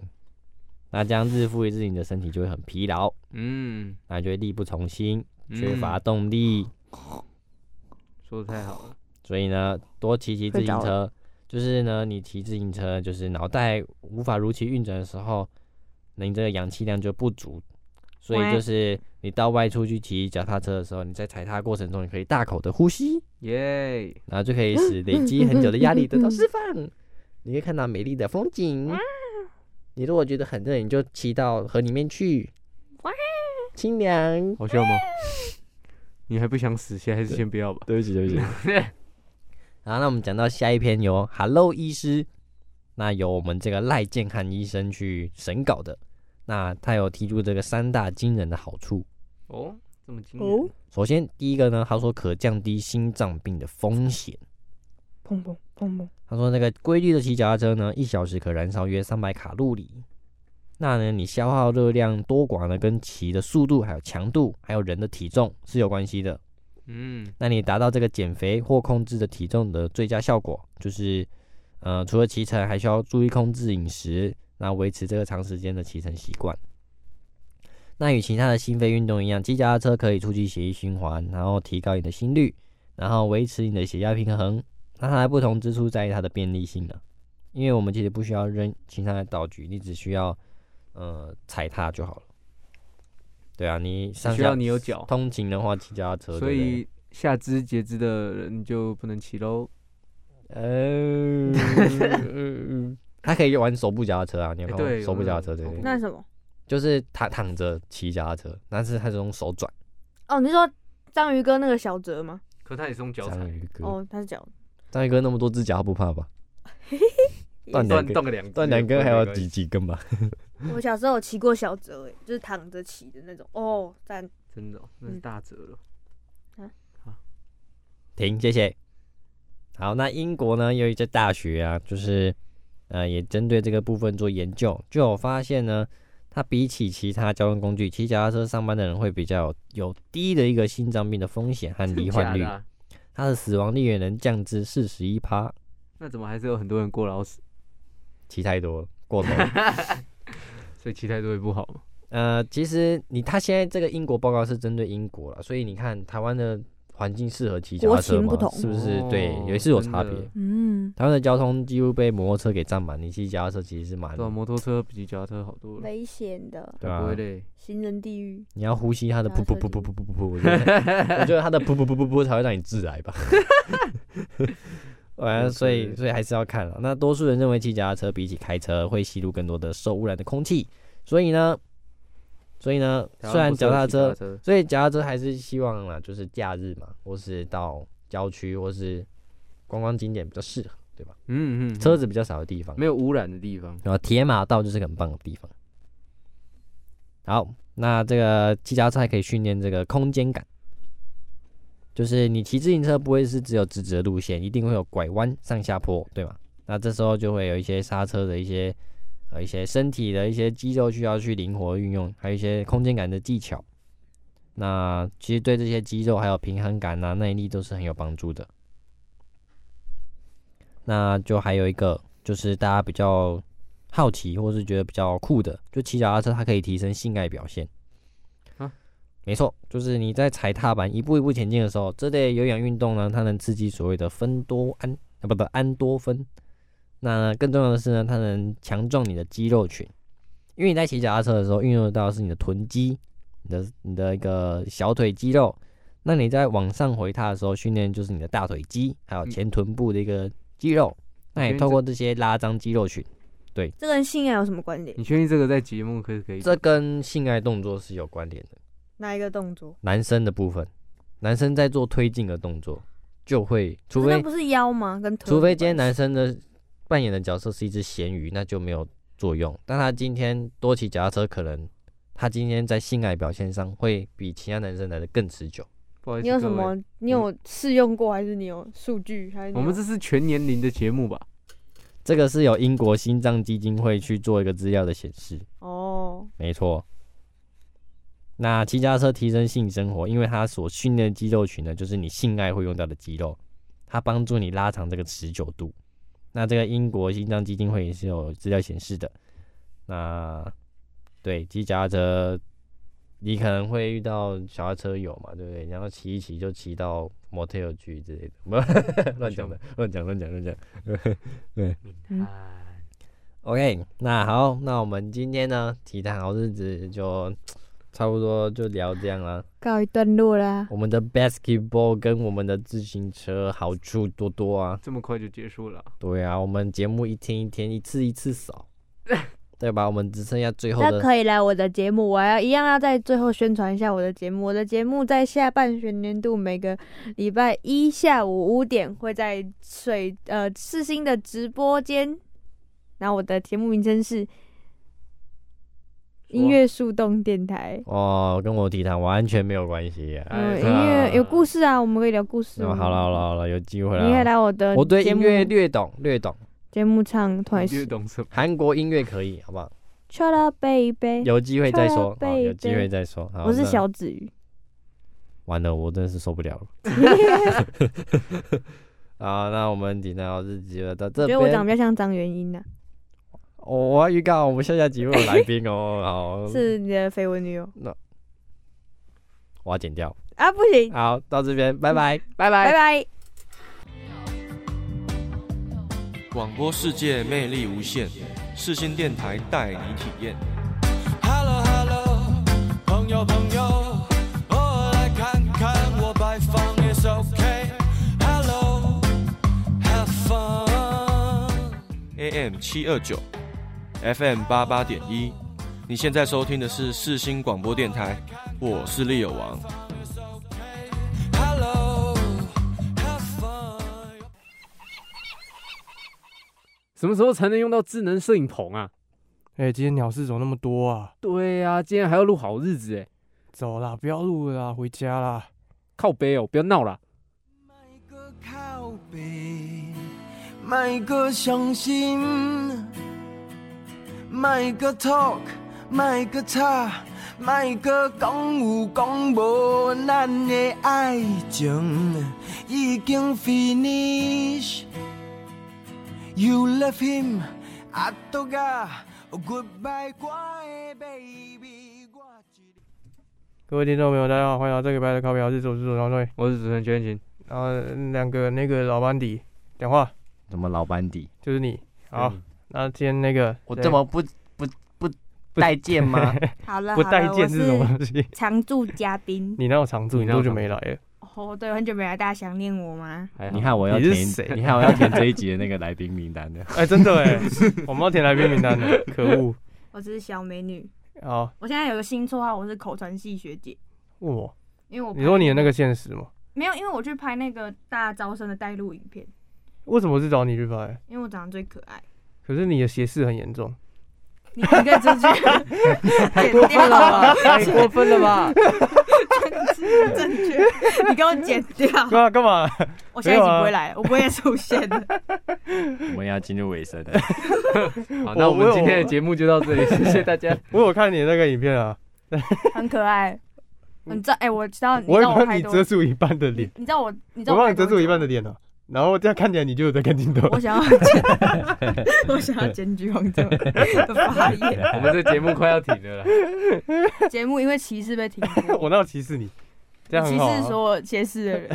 Speaker 4: 那这样日复一日，你的身体就会很疲劳，
Speaker 5: 嗯，
Speaker 4: 那就会力不从心，
Speaker 5: 嗯
Speaker 4: 缺乏动力。
Speaker 5: 说的太好了。
Speaker 4: 所以呢，多骑骑自行
Speaker 6: 睡着
Speaker 4: 车，就是呢，你骑自行车，就是脑袋无法如期运转的时候，那你这个氧气量就不足，所以
Speaker 6: 喂
Speaker 4: 就是你到外出去骑脚踏车的时候，你在踩踏过程中，你可以大口的呼吸，
Speaker 5: 耶、
Speaker 4: 然后就可以使累积很久的压力得到释放，你可以看到美丽的风景。你如果觉得很热，你就骑到河里面去，清凉。
Speaker 5: 好笑吗？你还不想死，现在还是先不要吧。
Speaker 4: 对不起，对不起。好，那我们讲到下一篇由 Hello 医师，那由我们这个赖健汉医生去审稿的。那他有提出这个三大惊人的好处。
Speaker 5: (laughs) 哦，这么惊
Speaker 6: 哦
Speaker 5: 人，，
Speaker 4: 首先，第一个呢，他说可降低心脏病的风险。
Speaker 6: 砰砰砰砰，
Speaker 4: 他说那个规律的骑脚踏车呢，一小时可燃烧约三百卡路里。那呢，你消耗热量多寡呢，跟骑的速度、还有强度、还有人的体重是有关系的。
Speaker 5: 嗯，
Speaker 4: 那你达到这个减肥或控制的体重的最佳效果，就是呃，除了骑乘，还需要注意控制饮食，那维持这个长时间的骑乘习惯。那与其他的心肺运动一样，骑脚踏车可以促进血液循环，然后提高你的心率，然后维持你的血压平衡。那它的不同之处在于它的便利性了，因为我们其实不需要扔其他的道具，你只需要呃踩踏就好了。对啊，你上
Speaker 5: 需
Speaker 4: 下
Speaker 5: 要你有脚，
Speaker 4: 通勤的话，骑脚踏车，
Speaker 5: 所
Speaker 4: 对不对
Speaker 5: 以下肢截肢的人就不能骑喽。 (laughs)
Speaker 4: 呃，他可以玩手部脚踏车啊，你有看过
Speaker 5: 哎对有
Speaker 4: 手部脚踏车
Speaker 5: 那
Speaker 4: 对
Speaker 5: 种
Speaker 4: 对，对
Speaker 5: 那
Speaker 6: 那什么？
Speaker 4: 就是他躺着骑脚踏车，但是他是用手转。
Speaker 6: 哦，你是说章鱼哥那个小泽吗？
Speaker 5: 可他也是用脚啊
Speaker 4: 章
Speaker 5: 踩，
Speaker 4: 鱼哥，
Speaker 6: 哦，他是脚，
Speaker 4: 章鱼哥那么多只脚，他不怕吧？断两
Speaker 5: 断
Speaker 4: 根，
Speaker 5: 断个两
Speaker 4: 断两根还有几
Speaker 5: 几？
Speaker 4: 几根吧？
Speaker 6: 我小时候有骑过小泽，诶，就是躺着骑的那种。哦，赞，
Speaker 5: 真的哦、那是大折了。
Speaker 4: 停，谢谢。好，那英国呢，有一些大学啊，就是呃，也针对这个部分做研究，就有发现呢，它比起其他交通工具，骑脚踏车上班的人会比较有有低的一个心脏病的风险和罹患
Speaker 5: 假
Speaker 4: 率
Speaker 5: 的。啊
Speaker 4: 它的死亡率也能降至四十一趴，
Speaker 5: 那怎么还是有很多人过劳死？
Speaker 4: 骑太多了，过
Speaker 6: (laughs)
Speaker 4: 头了。
Speaker 5: (laughs) 所以骑太多也不好嘛。
Speaker 4: 呃，其实你他现在这个英国报告是针对英国了，所以你看台湾的环境适合骑脚踏车
Speaker 6: 国情
Speaker 4: 吗
Speaker 6: 不？同
Speaker 4: 是不是？
Speaker 5: 哦
Speaker 4: 对，也是有差别
Speaker 5: 真。的
Speaker 6: 嗯，
Speaker 4: 台湾的交通几乎被摩托车给占满，你骑脚踏车其实是蛮
Speaker 5: 对啊，摩托车比脚踏车好多了，
Speaker 6: 危险的
Speaker 4: 对
Speaker 5: 不
Speaker 4: 啊
Speaker 5: 会。累。
Speaker 6: 行人地狱。
Speaker 4: 你要呼吸它的
Speaker 6: 脚踏
Speaker 4: 噗
Speaker 6: 啊车
Speaker 4: 噗噗噗噗噗噗噗，我觉得
Speaker 5: (laughs)
Speaker 4: 啊我觉得它的噗噗噗噗噗才会让你致癌吧。呃，所以所以还是要看了。那多数人认为骑脚踏车比起开车会吸入更多的受污染的空气，所以呢，所以呢，
Speaker 5: 台湾
Speaker 4: 虽然
Speaker 5: 不适
Speaker 4: 脚
Speaker 5: 合
Speaker 4: 踏
Speaker 5: 骑
Speaker 4: 车
Speaker 5: 车，
Speaker 4: 所以脚踏车还是希望啦，就是假日嘛，或是到郊区，或是观光景点比较适合，对吧？
Speaker 5: 嗯嗯，
Speaker 4: 车子比较少的地方，
Speaker 5: 没有污染的地方。
Speaker 4: 然后铁马道就是个很棒的地方。好，那这个骑脚踏车还可以训练这个空间感，就是你骑自行车不会是只有直直的路线，一定会有拐弯、上下坡，对吗？那这时候就会有一些刹车的一些呃一些身体的一些肌肉需要去灵活运用，还有一些空间感的技巧。那其实对这些肌肉还有平衡感啊、耐力都是很有帮助的。那就还有一个就是大家比较好奇或是觉得比较酷的，就骑脚踏车它可以提升性爱表现。
Speaker 5: 啊，
Speaker 4: 没错，就是你在踩踏板一步一步前进的时候，这类有氧运动呢，它能刺激所谓的芬多胺啊，不不胺多酚。那更重要的是呢，它能强壮你的肌肉群，因为你在骑脚踏车的时候运用得到的是你的臀肌、你的你的一个小腿肌肉。那你在往上回踏的时候，训练就是你的大腿肌，还有
Speaker 5: 嗯
Speaker 4: 前臀部的一个肌肉。那
Speaker 5: 觉
Speaker 4: 也
Speaker 5: 得
Speaker 4: 透
Speaker 5: 这
Speaker 4: 过这些拉张肌肉群，
Speaker 6: 这跟性爱有什么关联？
Speaker 5: 你确定这个在节目可以可以？
Speaker 4: 这跟性爱动作是有关联的。
Speaker 6: 哪一个动作？
Speaker 4: 男生的部分，男生在做推进的动作，就会除
Speaker 6: 那
Speaker 4: 非
Speaker 6: 不是腰吗？跟腿有
Speaker 4: 除非
Speaker 6: 关
Speaker 4: 今天
Speaker 6: 系
Speaker 4: 男生的扮演的角色是一只咸鱼，那就没有作用。但他今天多骑脚踏车，可能他今天在性爱表现上会比其他男生来的更持久。
Speaker 5: 不好意思，
Speaker 6: 你有什
Speaker 5: 各位
Speaker 6: 么？
Speaker 4: 嗯
Speaker 6: 你有试用过，还是你有数据？还是你
Speaker 5: 我
Speaker 6: 有
Speaker 5: 们这是全年龄的节目吧？
Speaker 4: 这个是有英国心脏基金会去做一个资料的显示。
Speaker 6: 哦，
Speaker 4: 没错。那骑脚踏车提升性生活，因为它所训练的肌肉群呢，就是你性爱会用到的肌肉，它帮助你拉长这个持久度。那这个英国心脏基金会也是有资料显示的。那对骑脚踏车，你可能会遇到小踏车友嘛，对不对？然后骑一骑就骑到 motel 去之类的，不 (laughs) 乱讲的，乱讲乱讲乱讲。OK，那好，那我们今天呢，体坛好日子就差不多就聊这样
Speaker 6: (laughs)
Speaker 4: 了。
Speaker 6: 告一段落啦。
Speaker 4: 我们的 basketball 跟我们的自行车好处多多啊。
Speaker 5: 这么快就结束了，
Speaker 4: 对啊，我们节目一天一天，一次一次
Speaker 6: (laughs)
Speaker 4: 扫，对吧？我们只剩下最后
Speaker 6: 那
Speaker 4: 的。
Speaker 6: 可以来我的节目，我要一样要在最后宣传一下我的节目。我的节目在下半学年度每个礼拜一下午五点会在水呃四星的直播间，然后我的节目名称是音乐树洞电台。
Speaker 4: 哦，跟我体坛完全没有关系耶、
Speaker 6: 嗯，
Speaker 5: 哎
Speaker 6: 音乐有故事啊，我们可以聊故事
Speaker 4: 那
Speaker 6: 哦。
Speaker 4: 么好了好了好了，有机会
Speaker 6: 你可以
Speaker 4: 了。
Speaker 6: 来我的
Speaker 4: 哦我对
Speaker 6: 节
Speaker 4: 音
Speaker 6: 目
Speaker 4: 乐略懂略懂，
Speaker 6: 节目唱团
Speaker 5: 你越
Speaker 6: 是
Speaker 5: 懂什么？
Speaker 4: 韩国音乐可以，好不好？
Speaker 6: Shut Up Baby，
Speaker 4: 有机会再
Speaker 6: 好
Speaker 4: 说，好，
Speaker 6: 贝
Speaker 4: 有机
Speaker 6: 贝
Speaker 4: 会再说。好
Speaker 6: 我是
Speaker 4: 那
Speaker 6: 小子鱼。
Speaker 4: 完了，我真的是受不了了。好，那我们今天好日记就到这
Speaker 6: 觉
Speaker 4: 边。
Speaker 6: 得我长得比较像张元英呢、啊
Speaker 4: 我我要预告，我们下下集会有来宾哦。好，
Speaker 6: 是你的绯闻女友
Speaker 4: 我要剪掉。
Speaker 6: 啊，不行，
Speaker 4: 好，到这边，拜拜。
Speaker 5: 拜
Speaker 6: 拜
Speaker 5: 拜。
Speaker 6: 拜。
Speaker 7: 广播世界魅力无限，世新电台带你体验。Hello Hello，朋友朋友，偶尔来看看我摆放 is OK。Hello Have fun。AM 七二九，FM 八八点一。你现在收听的是世新广播电台，我是利友王。Hello Have fun。
Speaker 10: 什么时候才能用到智能摄影棚啊？
Speaker 3: 哎、今天鸟事怎么那么多啊？
Speaker 10: 对呀、今天还要录好日子哎，
Speaker 3: 走啦，不要录了啦，回家啦。
Speaker 10: 靠背哦，不要闹啦。
Speaker 7: 靠背，卖个相信，卖个 talk，卖个吵，卖个讲有讲无，咱的爱情已经 finish。You love him，阿多噶，Goodbye，我的 baby，我一。
Speaker 3: 各位听众朋友，大家好，欢迎来到这个礼拜的咖啡好日子，我是主持人张队。
Speaker 5: 我是主持人全勤，
Speaker 3: 然后嗯两个那个老班底讲话，
Speaker 4: 怎么老班底？
Speaker 3: 就是你。好，那今天那个
Speaker 4: 我
Speaker 3: 谁
Speaker 4: 这么不不不待见吗？
Speaker 6: 好了，
Speaker 3: 不
Speaker 6: 好
Speaker 3: 待
Speaker 6: 了
Speaker 3: 见
Speaker 6: 我
Speaker 3: 是什么东西？
Speaker 6: 常驻嘉宾。
Speaker 3: 你那我常驻，你
Speaker 5: 你那
Speaker 3: 多
Speaker 5: 我
Speaker 3: 久
Speaker 5: 常
Speaker 3: 没来了？
Speaker 6: (laughs) 哦，对，很久没来，大家想念我吗？
Speaker 4: 哎你看我要
Speaker 3: 你是
Speaker 4: 填
Speaker 3: 谁，
Speaker 4: 你看我要填这一集的那个来宾名单
Speaker 3: (laughs)
Speaker 4: 的。
Speaker 3: 哎，真的哎，我们要填来宾名单的，可恶！
Speaker 6: 我只是小美女，
Speaker 3: 好，
Speaker 6: 我现在有个新绰号，我是口传系学姐，
Speaker 3: 问我，
Speaker 6: 因为我
Speaker 3: 你说你的那
Speaker 6: 个
Speaker 3: 个现实吗？
Speaker 6: 没有，因为我去拍那个大招生的带路影片，
Speaker 7: 为什么是找你去拍？
Speaker 6: 因为我长得最可爱。
Speaker 7: 可是你的斜视很严重，
Speaker 6: 你应该出去
Speaker 7: (laughs) 太
Speaker 6: 剪
Speaker 7: 过分
Speaker 6: 掉
Speaker 7: 了吧太
Speaker 11: 过分了吧？
Speaker 6: (laughs) 正确，你给我剪掉。
Speaker 7: 干嘛干嘛？
Speaker 6: 我下一集
Speaker 7: 没有啊
Speaker 6: 不会来了，我不会出现的。
Speaker 4: 我们要进入尾声了。
Speaker 5: 好，那我们 (laughs) 今天的节目就到这
Speaker 3: (laughs)
Speaker 5: 里，谢谢大家。
Speaker 7: 我有看你那个影片啊，
Speaker 6: 很可爱，你知道？哎、我知道，你
Speaker 7: 嗯我
Speaker 6: 知
Speaker 7: 会
Speaker 6: 道我
Speaker 7: 帮
Speaker 6: 拍
Speaker 7: 你
Speaker 6: 多，
Speaker 7: 遮住一半的脸，
Speaker 6: 你知道我，你知道
Speaker 7: 我帮你
Speaker 6: 拍
Speaker 7: 遮
Speaker 6: 多
Speaker 7: 住一半的脸了、然后这样看起来你就有在看镜头。
Speaker 6: 我想要剪，
Speaker 7: (laughs)
Speaker 6: 我想要检举黄总的发言。
Speaker 7: 我们这节目快要停了啦
Speaker 6: 节目因为歧视被停播，
Speaker 7: (laughs) 我哪有歧视你？这样很
Speaker 6: 歧
Speaker 7: 好、
Speaker 6: 视
Speaker 7: 啊。
Speaker 6: 所有歧视的人。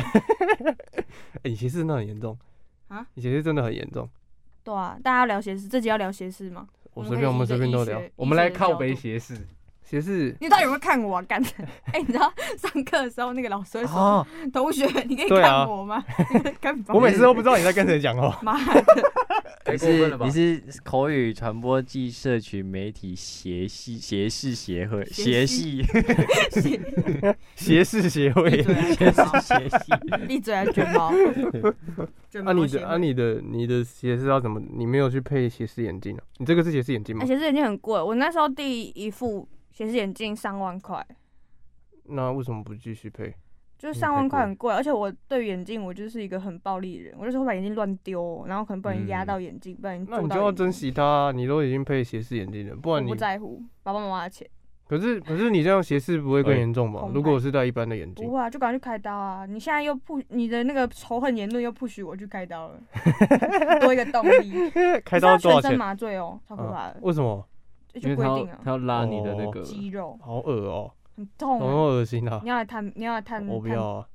Speaker 7: (laughs) 哎、你歧视真的很严重
Speaker 6: 啊！
Speaker 7: 你歧视真的很严重。
Speaker 6: 对啊，大家要聊斜视，这集要聊斜视吗？
Speaker 7: 我随便，我们随便都聊。
Speaker 6: 我们可以以一个医学医学的角度
Speaker 7: 斜视，斜视
Speaker 6: 你到底有没有看我、啊？干！哎、你知道上课的时候那个老师会说：“
Speaker 7: 哦
Speaker 6: 同学，你可以
Speaker 7: 对啊
Speaker 6: 看我吗？”干嘛
Speaker 7: 我每次都不知道你在跟谁讲话。
Speaker 6: 妈的！
Speaker 12: 太
Speaker 4: 你
Speaker 12: 过分
Speaker 4: 是
Speaker 12: 了吧
Speaker 4: 你是口语传播暨社群媒体协系协事协会协
Speaker 12: 协
Speaker 4: 系
Speaker 12: 系
Speaker 7: 斜视协会，
Speaker 4: 闭嘴啊
Speaker 7: 斜
Speaker 4: 卷毛
Speaker 7: 视协系，
Speaker 6: 闭嘴啊卷毛卷
Speaker 7: 啊
Speaker 6: 毛
Speaker 7: 你
Speaker 6: 协
Speaker 7: 的
Speaker 6: 会
Speaker 7: 啊你的你的斜视要怎么？你没有去配斜视眼镜啊？你这个是斜视眼镜吗
Speaker 6: 哎，？斜视眼镜很贵，我那时候第一副斜视眼镜上万块，
Speaker 7: 那为什么不继续配？
Speaker 6: 就
Speaker 7: 嗯
Speaker 6: 是上
Speaker 7: 太
Speaker 6: 万
Speaker 7: 贵
Speaker 6: 块很贵，而且我对眼镜我就是一个很暴力的人，我就是会把眼镜乱丢，然后可能不然压到眼镜，不然
Speaker 7: 那
Speaker 6: 做
Speaker 7: 你就
Speaker 6: 到
Speaker 7: 要
Speaker 6: 眼镜。
Speaker 7: 珍惜它啊、你都已经配斜视眼镜了，不
Speaker 6: 我
Speaker 7: 然
Speaker 6: 不
Speaker 7: 你
Speaker 6: 在乎爸爸妈妈的钱，
Speaker 7: 可是可是你这样斜视不会更
Speaker 4: 哎 (laughs)
Speaker 7: 严重吧
Speaker 6: 澎？
Speaker 7: 如果我是戴一般的眼镜
Speaker 6: 不，会啊，就赶快去开刀啊！你现在又不，你的那个仇恨言论又不许我去开刀了，多一个动
Speaker 7: (laughs)
Speaker 6: 力。
Speaker 7: 开刀
Speaker 6: 你知道
Speaker 7: 多少
Speaker 6: 全
Speaker 7: 钱
Speaker 6: 身？麻醉哦，超可怕
Speaker 7: 啊
Speaker 6: 的。
Speaker 7: 为什么？
Speaker 6: 这就规定啊，
Speaker 7: 要拉你的那个
Speaker 6: 肌肉
Speaker 7: 好恶哦，
Speaker 6: 很痛啊
Speaker 7: 好恶心啊
Speaker 6: 你！要来探，你要来探，
Speaker 7: 我不
Speaker 6: 探
Speaker 7: 要啊，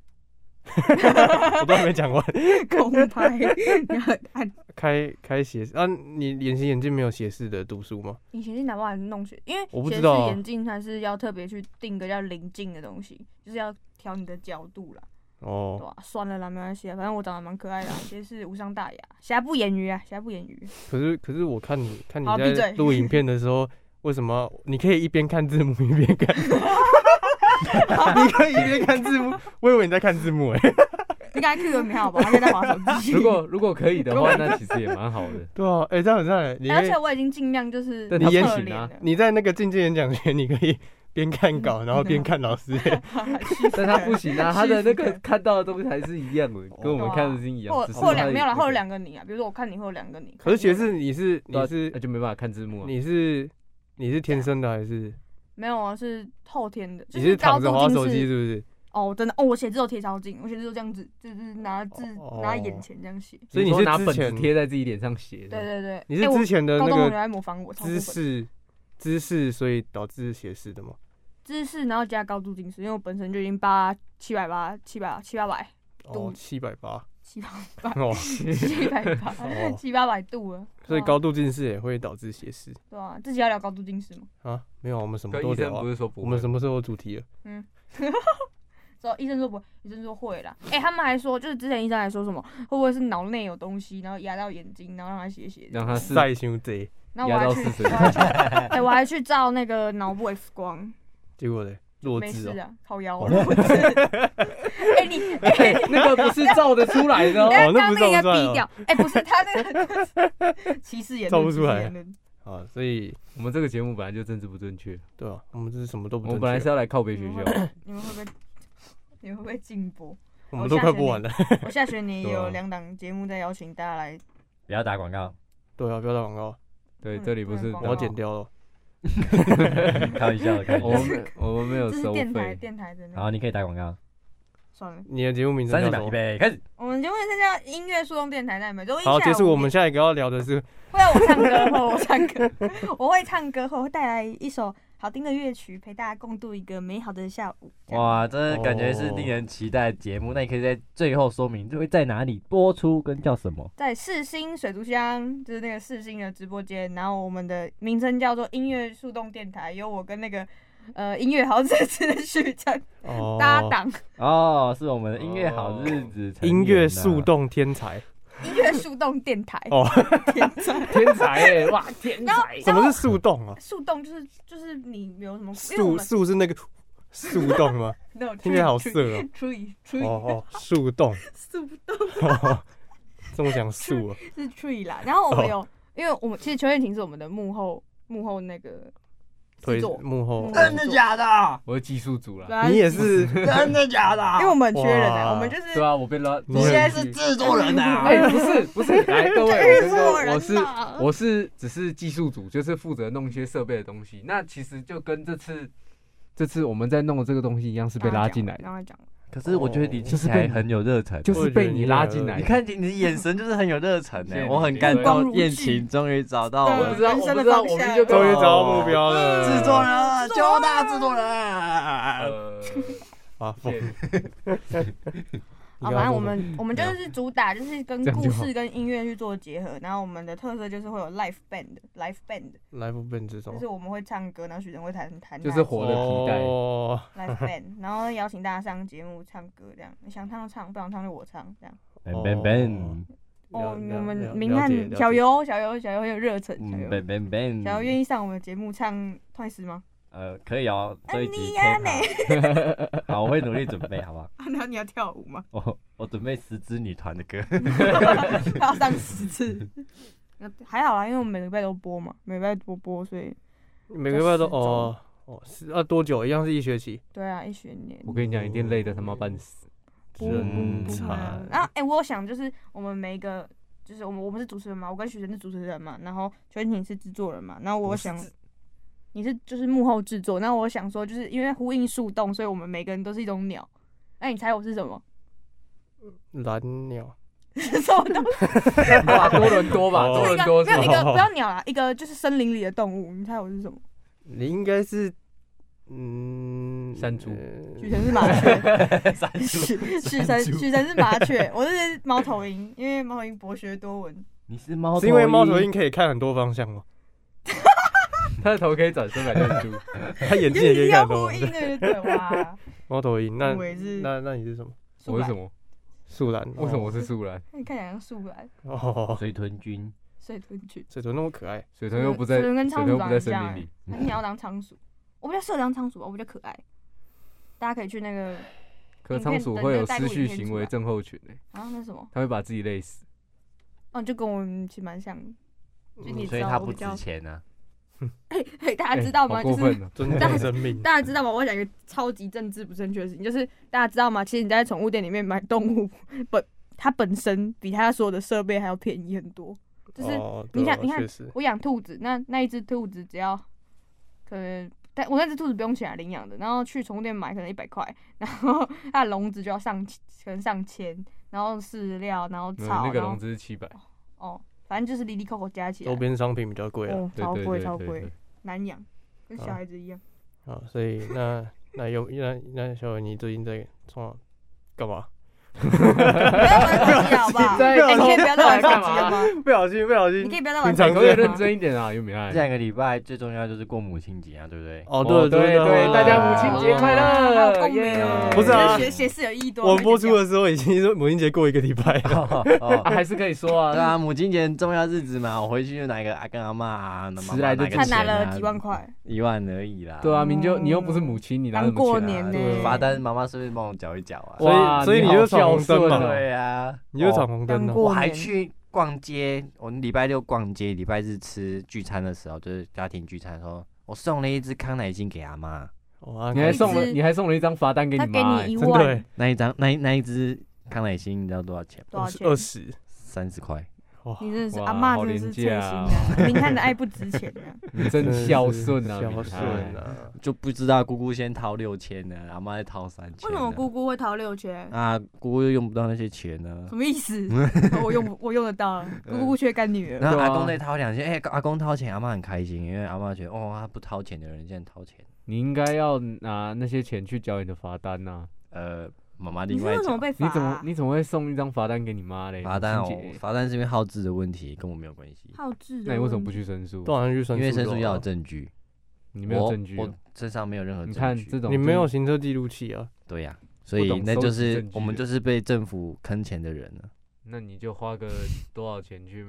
Speaker 7: 我都还没讲完。 (laughs)
Speaker 6: 公拍， (laughs) 你要看
Speaker 7: 开开斜视啊？你隐形眼镜没有斜视的读书吗？
Speaker 6: 隐形镜难不难弄斜？因为
Speaker 7: 我不知
Speaker 6: 斜视
Speaker 7: 道啊
Speaker 6: 眼镜它是要特别去定个叫临近的东西，就是要调你的角度啦。对
Speaker 7: 哦，
Speaker 6: 吧？算了啦，没关系啊，反正我长得蛮可爱的啊，斜视无伤大雅，瑕不掩瑜啊，瑕不掩瑜。
Speaker 7: 可是可是我看你看你
Speaker 6: 好闭
Speaker 7: 在
Speaker 6: 嘴
Speaker 7: 录影片的时候，为什么你可以一边看字幕一边
Speaker 6: (laughs)
Speaker 7: 看？你可以一边看字幕，我以为你在看字幕
Speaker 6: (laughs)
Speaker 7: 哎、
Speaker 6: 你刚才 Q 没好吧？他现在滑手
Speaker 5: (laughs)
Speaker 6: 机。
Speaker 5: 如果如果可以的
Speaker 6: (laughs)
Speaker 5: 话，那其实也蛮好的。
Speaker 7: 对啊，哎、这样很赞欸。你
Speaker 6: 而
Speaker 7: 可以
Speaker 6: 且我已经尽量就是
Speaker 7: 你演
Speaker 6: 侧
Speaker 5: 啊
Speaker 6: 脸了，
Speaker 7: 你在那个进阶演讲学，你可以边看稿，然后边看老师。欸 (laughs)
Speaker 6: (laughs) 欸
Speaker 5: 但他不行啊，他的那个
Speaker 6: 是
Speaker 5: 看到的东西还是一样的，
Speaker 7: 哦
Speaker 5: 跟我们看的是一样
Speaker 6: 或。
Speaker 5: 只是
Speaker 6: 或
Speaker 5: 他
Speaker 6: 两
Speaker 5: 也
Speaker 6: 没有了，或有两个你啊，比如说我看你，会有两个你。
Speaker 7: 可是学士，你是你是
Speaker 5: 那就没办法看字幕啊。
Speaker 7: 你是你是天生的还是
Speaker 6: 没有啊，是后天的，就
Speaker 7: 你是
Speaker 6: 高
Speaker 7: 躺着
Speaker 6: 度
Speaker 7: 滑
Speaker 6: 近
Speaker 7: 手
Speaker 6: 视
Speaker 7: 机是不是？
Speaker 6: 哦，真的哦，我写字都贴超近，我写字都这样子，就是拿字、
Speaker 7: 哦
Speaker 6: 拿眼前这样写。
Speaker 7: 所以
Speaker 5: 你
Speaker 7: 你
Speaker 5: 说
Speaker 7: 是
Speaker 5: 拿
Speaker 7: 之
Speaker 5: 本子
Speaker 7: 前
Speaker 5: 贴在自己脸上写
Speaker 6: 对
Speaker 5: 的。
Speaker 6: 对对，
Speaker 7: 你是
Speaker 6: 哎我
Speaker 7: 之前的
Speaker 6: 高
Speaker 7: 那
Speaker 6: 中同学在模
Speaker 7: 个
Speaker 6: 仿我，超过
Speaker 7: 姿
Speaker 6: 分
Speaker 7: 势姿势，所以导致斜视的吗？
Speaker 6: 姿势，然后加高度近视，因为我本身就已经八七百八七百七八百
Speaker 7: 哦
Speaker 6: 度，
Speaker 7: 七百八，
Speaker 6: 七八百
Speaker 7: (laughs) 哦
Speaker 6: 七百
Speaker 7: (laughs)
Speaker 6: 八
Speaker 7: 哦
Speaker 6: 七八百度了，
Speaker 7: 所以高度近视也会导致斜视
Speaker 6: 对啊，自己要聊高度近视吗？
Speaker 7: 啊？没有，我们什么
Speaker 5: 可
Speaker 7: 都
Speaker 5: 医生
Speaker 7: 聊啊。
Speaker 5: 不是说不
Speaker 7: 我们
Speaker 5: 会
Speaker 7: 什么时候有主题了？
Speaker 6: 嗯，说医生说不会，医生说会啦。哎、他们还说，就是之前医生还说什么，会不会是脑内有东西，然后压到眼睛，然后让他写写。
Speaker 5: 让他是
Speaker 7: 晒胸贼，
Speaker 6: 然后我还去，我还去，哎、我还去照那个脑部 X 光，
Speaker 7: 结果嘞，弱
Speaker 6: 没
Speaker 7: 智
Speaker 6: 事
Speaker 7: 哦。
Speaker 6: 啊，靠腰、啊。 (laughs) 哎、你，
Speaker 7: (laughs)
Speaker 6: 哎、你
Speaker 5: 那个不是照得出
Speaker 4: (laughs)
Speaker 5: 来的哦
Speaker 6: 哎
Speaker 7: 哦那不是
Speaker 6: 刚刚
Speaker 7: 照得
Speaker 6: 那
Speaker 7: 出来
Speaker 6: 个
Speaker 7: 哦
Speaker 6: 低调，哎、不是他那个
Speaker 7: (laughs)
Speaker 6: 歧视眼，
Speaker 7: 照不出
Speaker 6: 歧视
Speaker 7: 来
Speaker 6: 言论
Speaker 7: 啊，所以
Speaker 5: 哦我们这个节目本来就政治不正确。
Speaker 7: 对啊，我们这是什么都不
Speaker 5: 我们
Speaker 7: 正
Speaker 5: 本来
Speaker 7: 确
Speaker 5: 是要来靠北学校，
Speaker 6: (laughs) 你们会不会，你们会不会禁播？
Speaker 7: 我们都快播完了
Speaker 6: 我下学年我下学年也
Speaker 7: 对啊
Speaker 6: 有两档节目在邀请大家来
Speaker 4: 不要打广告，
Speaker 7: 对啊，不要打广告。
Speaker 6: 嗯
Speaker 5: 对，这里不是
Speaker 7: 我要剪掉了。
Speaker 4: (laughs) 开玩笑的，开
Speaker 5: 我
Speaker 4: 玩笑
Speaker 5: 们我们没有
Speaker 6: 这是
Speaker 5: 收
Speaker 6: 电台
Speaker 5: 费。
Speaker 6: 电台的那
Speaker 4: 好，你可以打广告。
Speaker 6: 算了。
Speaker 7: 你的节目名称
Speaker 4: 三
Speaker 7: 叫
Speaker 4: 十
Speaker 7: 什
Speaker 4: 秒，预
Speaker 7: 么？
Speaker 4: 备，开始。
Speaker 6: 我们节目现在叫音乐树洞电台，那你们都
Speaker 7: 好，结束。我们下一个要聊的
Speaker 5: (laughs)
Speaker 7: 是，
Speaker 6: 会我唱歌，会我唱歌，我会唱歌，会我会带来一首好听的乐曲，陪大家共度一个美好的下午。
Speaker 4: 哇，这感觉是令人期待的节
Speaker 5: 哦
Speaker 4: 目。那你可以在最后说明这会在哪里播出跟叫什么？
Speaker 6: 在世新水族箱，就是那个世新的直播间，然后我们的名称叫做音乐树洞电台，由我跟那个呃音乐好日子的许晨
Speaker 7: 哦
Speaker 6: 搭档，
Speaker 4: 哦，是我们的音乐好日子成员啊、
Speaker 7: 音乐速动天才。
Speaker 6: 音乐树洞电台。
Speaker 7: 哦，
Speaker 6: 天才，
Speaker 7: 天才
Speaker 5: 欸
Speaker 7: 哎，哇，
Speaker 6: 天才
Speaker 7: 什么是速动啊？
Speaker 6: 树洞就是就是你有什么因为我
Speaker 7: 速
Speaker 6: 们
Speaker 7: 速是那个速动 (laughs) 吗
Speaker 6: No，？
Speaker 7: 听起来好色哦。
Speaker 6: 初一初一
Speaker 7: 哦哦，树洞，
Speaker 6: 树洞，
Speaker 7: 哦，这么想素啊？
Speaker 6: 是 Tree 啦。然后我们
Speaker 7: 哦
Speaker 6: 有，因为我们其实邱燕婷是我们的幕后幕后那个
Speaker 7: 推
Speaker 6: 制作
Speaker 7: 幕后
Speaker 6: 真的假的？
Speaker 5: 我是技术组
Speaker 6: 对啊
Speaker 5: 啦，
Speaker 7: 你也是
Speaker 6: 真的假的因为我们很缺人啊
Speaker 5: 哇
Speaker 6: 我们就是
Speaker 5: 对啊，我被拉，
Speaker 7: 你现在
Speaker 5: 是
Speaker 6: 制啊
Speaker 5: 作人呐 (laughs) 哎，不是不是，来各
Speaker 6: (laughs)
Speaker 5: 位，我跟各位，我是
Speaker 6: 嗯
Speaker 5: 我是只是技术组，就是负责弄一些设备的东西。那其实就跟这次这次我们在弄的这个东西一样，是被拉进来的。哦
Speaker 6: 让他讲，
Speaker 4: 可是我觉得你听
Speaker 5: 就是
Speaker 4: 起
Speaker 5: 被
Speaker 4: 来很有热忱，
Speaker 5: 就是被你拉进来
Speaker 4: 你看你的眼神就是很有热忱
Speaker 5: 谢谢
Speaker 4: 呢，
Speaker 5: 你
Speaker 4: 我很感
Speaker 5: 光
Speaker 4: 动
Speaker 5: 如，
Speaker 4: 燕晴终于找到
Speaker 5: 对
Speaker 4: 哦我
Speaker 6: 啊
Speaker 5: 我不知道人生的我不知道方向我们就
Speaker 7: 终于找到目标了。
Speaker 4: 制作人啊，交大制作人啊。
Speaker 5: 呃，
Speaker 7: 啊，疯！
Speaker 6: 啊，反正我们我们就是主打就是跟
Speaker 7: 这样
Speaker 6: 故
Speaker 7: 就好
Speaker 6: 事跟音乐去做结合，然后我们的特色就是会有 l i f e band l i f e band，
Speaker 7: 来不笨这种
Speaker 6: 就，是我们会唱歌，然后许晨会弹弹，
Speaker 5: 就是活的皮带
Speaker 7: 哦
Speaker 6: l i f e band，然后邀请大家上节目唱歌，这样你想唱就唱，不想唱就我唱这样。
Speaker 4: Ben Ben Ben，
Speaker 6: 哦，
Speaker 4: 了
Speaker 6: 我
Speaker 4: 了
Speaker 6: 们
Speaker 4: 解
Speaker 6: 明
Speaker 4: 了
Speaker 6: 翰
Speaker 4: 解
Speaker 6: 小游小游小游很有热忱，小
Speaker 4: 嗯
Speaker 6: 游
Speaker 4: ，Ben Ben
Speaker 6: 哎小游
Speaker 4: Ben，
Speaker 6: 愿意上我们的节目唱快诗吗？
Speaker 4: 呃，可以哦，这一集
Speaker 6: 你呀
Speaker 4: K-pop (laughs) 好，我会努力准备，好不好？
Speaker 6: (laughs) 啊，那你要跳舞 (laughs) 吗？
Speaker 4: 我我准备十支女团的歌，
Speaker 6: 要上十次。 (laughs) 那还好啦，因为我们每个礼拜都播嘛，每个礼拜都播，所以
Speaker 7: 每个月都哦哦是要多久？一样是一学期。
Speaker 6: 对啊，一学年。
Speaker 5: (laughs) 我跟你讲，一定累得他妈半死，
Speaker 4: 嗯
Speaker 6: 不
Speaker 5: 真
Speaker 6: 不会啊
Speaker 5: 惨。
Speaker 6: 然后哎、我有想就是我们每一个，就是我们我们是主持人嘛，我跟许晨是主持人嘛，然后邱婷是制作人嘛，然后我想你是就是幕后制作，那我想说就是因为呼应树洞，所以我们每个人都是一种鸟。那、你猜我是什么？ (laughs)
Speaker 7: 蓝鸟，
Speaker 6: 什么东西？
Speaker 5: 哇多伦多吧
Speaker 7: 哦
Speaker 5: 多
Speaker 6: 是一
Speaker 5: 伦
Speaker 6: 个
Speaker 5: 多是
Speaker 6: 没有一
Speaker 5: 吧
Speaker 6: 个不要鸟啦，一个就是森林里的动物。你猜我是什么？
Speaker 7: 你应该是嗯山猪，
Speaker 5: 呃
Speaker 6: 许晨是麻雀，
Speaker 7: (laughs)
Speaker 4: 山
Speaker 6: 许许晨许晨是麻雀，我是猫头鹰，因为猫头鹰博学多闻。
Speaker 4: 你是猫头鹰
Speaker 7: 是因为猫头鹰可以看很多方向吗？
Speaker 5: 他的头可以转身来看猪，
Speaker 7: 它眼睛也可以看很多
Speaker 6: 呼
Speaker 7: 方
Speaker 6: 应
Speaker 7: 向。
Speaker 6: 对对哇，
Speaker 7: 猫头鹰， (laughs) 那
Speaker 6: 我也是
Speaker 7: 那那你是什么？
Speaker 6: 树懒我是什
Speaker 5: 么？
Speaker 7: 树懒。
Speaker 5: 为什么我是树懒？
Speaker 6: 那你看起来像树懒，
Speaker 7: 哦，
Speaker 4: 水豚君，
Speaker 6: 水豚去。
Speaker 7: 水豚那么可爱，
Speaker 5: 水豚又不在，
Speaker 6: 水豚
Speaker 5: 水豚
Speaker 6: 跟仓鼠
Speaker 5: 又不
Speaker 6: 长
Speaker 5: 在
Speaker 6: 得很
Speaker 5: 森
Speaker 6: 像
Speaker 5: 林
Speaker 6: 欸
Speaker 5: 里。，
Speaker 6: 那你要当仓鼠，我比较适合当仓鼠吧，我比较可爱。大家可以去那个
Speaker 5: 可
Speaker 6: 影片
Speaker 5: 仓鼠
Speaker 6: 等
Speaker 5: 会
Speaker 6: 那
Speaker 5: 有
Speaker 6: 带
Speaker 5: 失
Speaker 6: 入影
Speaker 5: 序
Speaker 6: 片
Speaker 5: 行
Speaker 6: 出
Speaker 5: 为
Speaker 6: 来
Speaker 5: 症候群诶、
Speaker 6: 啊，那什么？
Speaker 5: 它会把自己累死。
Speaker 6: 哦，就跟我们其实蛮像的。就你
Speaker 4: 嗯所
Speaker 6: 知
Speaker 4: 以
Speaker 6: 道
Speaker 4: 它
Speaker 6: 我
Speaker 4: 不
Speaker 6: 比
Speaker 4: 值
Speaker 6: 较 (laughs)
Speaker 4: 钱啊。
Speaker 6: 嘿嘿，大家
Speaker 5: 哎
Speaker 6: 啊知道吗？
Speaker 5: 好
Speaker 6: 就
Speaker 5: 过
Speaker 6: 是
Speaker 5: 分哦尊重
Speaker 6: 大家
Speaker 5: 生命
Speaker 6: 大家知道吗？我讲一个超级政治不正确的事情，就是大家知道吗？其实你在宠物店里面买动物 (laughs) 本，它本身比它所有的设备还要便宜很多。就是
Speaker 13: 哦
Speaker 6: 你
Speaker 13: 对
Speaker 6: 想，
Speaker 13: 啊
Speaker 6: 你看
Speaker 13: 确实
Speaker 6: 我养兔子，那那一只兔子只要可能，但我那只兔子不用钱啊，领养的，然后去宠物店买可能一百块，然后它的笼子就要上可能上千，然后饲料，然后
Speaker 5: 嗯，
Speaker 6: 草，
Speaker 5: 那个
Speaker 6: 然后
Speaker 5: 笼子是七百，
Speaker 6: 哦，反正就是里里扣扣加起来
Speaker 7: 周，边商品比较贵
Speaker 6: 哦
Speaker 7: 啊，，
Speaker 6: 超贵超
Speaker 5: (laughs)
Speaker 6: 贵，难养，跟小孩子一样。
Speaker 7: 啊，所以那 (laughs) 那有那那小伟，你最近在创干嘛？
Speaker 6: 好
Speaker 5: (laughs)
Speaker 6: 不好？哎，你可以不要再玩手机了吗？
Speaker 7: 不小心，不小心，
Speaker 6: 你可以不要再玩手
Speaker 4: 常
Speaker 6: 机
Speaker 4: 可以
Speaker 6: 了吗
Speaker 4: 认
Speaker 5: 真一点啊，有没有？
Speaker 4: 这两个礼拜最重要就是过母亲节啊，对不对？
Speaker 7: 哦对哦对对对对大家母亲节快
Speaker 6: 乐
Speaker 4: 哦
Speaker 6: 好有共鸣哦
Speaker 4: 耶
Speaker 7: 不是啊
Speaker 6: 学学是有意义多。
Speaker 7: 我们播出的时候已经是母亲节过一个礼拜了，
Speaker 4: (laughs) 哦
Speaker 5: (laughs) 还是可以说啊
Speaker 4: 对啊，母亲节很重要日子嘛，我回去就拿一个阿跟阿妈啊，妈妈
Speaker 5: 迟来的
Speaker 4: 拿个
Speaker 6: 他
Speaker 4: 钱
Speaker 6: 拿了
Speaker 4: 啊
Speaker 6: 几万，块，
Speaker 4: 一万而已啦。
Speaker 5: (laughs) 对啊，明就你又不是母亲，你拿什么钱、啊？
Speaker 6: 过年呢
Speaker 4: 对罚单妈妈顺便帮我缴一缴啊。
Speaker 7: 所以所以你就闯红灯嘛，
Speaker 4: 对啊，
Speaker 7: 你就闯红灯了，
Speaker 4: 我还去逛街，我礼拜六逛街，礼拜日吃聚餐的时候，就是家庭聚餐的时候，我送了一只康乃馨给阿妈。
Speaker 7: 哇
Speaker 5: 你还送了，你还送了一张罚单给你妈、
Speaker 6: 他给你一万真的欸
Speaker 4: 那一张那一那一只康乃馨，你知道多少钱吗？
Speaker 6: 多少钱二
Speaker 7: 十
Speaker 4: 三十块。
Speaker 6: 你真的是
Speaker 5: 哇
Speaker 6: 阿妈
Speaker 5: 好
Speaker 6: 真的是
Speaker 5: 廉
Speaker 6: 贴
Speaker 5: 价
Speaker 6: 心
Speaker 5: 啊
Speaker 6: 啊！明翰的爱不值钱啊！
Speaker 5: 你真孝顺啊，
Speaker 7: 真
Speaker 5: 明
Speaker 7: 是
Speaker 5: 太
Speaker 7: 孝顺啊！
Speaker 4: 就不知道姑姑先掏六千呢，阿妈再掏三千
Speaker 6: 为什
Speaker 4: 呢。
Speaker 6: 么姑姑会掏六千？
Speaker 4: 啊，姑姑又用不到那些钱呢
Speaker 6: 什。么意思？我用我用得到啊，姑姑缺干女儿。
Speaker 4: 然后阿公
Speaker 5: 啊
Speaker 4: 再掏两千，哎、阿公掏钱，阿妈很开心，因为阿妈觉得哦，他不掏钱的人现在掏钱。
Speaker 5: 你应该要拿那些钱去缴你的罚单呐、
Speaker 4: 呃，妈妈另外你是为什么
Speaker 6: 被啊
Speaker 5: 你怎么你怎么会送一张罚单给你妈嘞？
Speaker 4: 罚单哦
Speaker 5: 母亲节，
Speaker 4: 罚单是因为耗资的问题，跟我没有关系。
Speaker 6: 好智哦
Speaker 5: 那你为什么不去申诉？
Speaker 7: 都好像去
Speaker 4: 因
Speaker 7: 申
Speaker 4: 为
Speaker 7: 诉
Speaker 4: 申
Speaker 7: 就
Speaker 4: 诉
Speaker 7: 好
Speaker 4: 要有
Speaker 7: 了
Speaker 4: 证据，
Speaker 5: 你没有
Speaker 4: 我
Speaker 5: 证据
Speaker 4: 我
Speaker 5: 哦
Speaker 4: 身上没有任何证据。
Speaker 5: 看这种
Speaker 7: 你没有行车记录器啊？
Speaker 4: 对呀、所以
Speaker 5: 懂
Speaker 4: 那
Speaker 5: 收
Speaker 4: 就
Speaker 5: 集
Speaker 4: 是
Speaker 5: 证
Speaker 4: 我们
Speaker 5: 据
Speaker 4: 就是被政府坑钱的人了。
Speaker 5: 那你就花 (laughs) 个多少钱去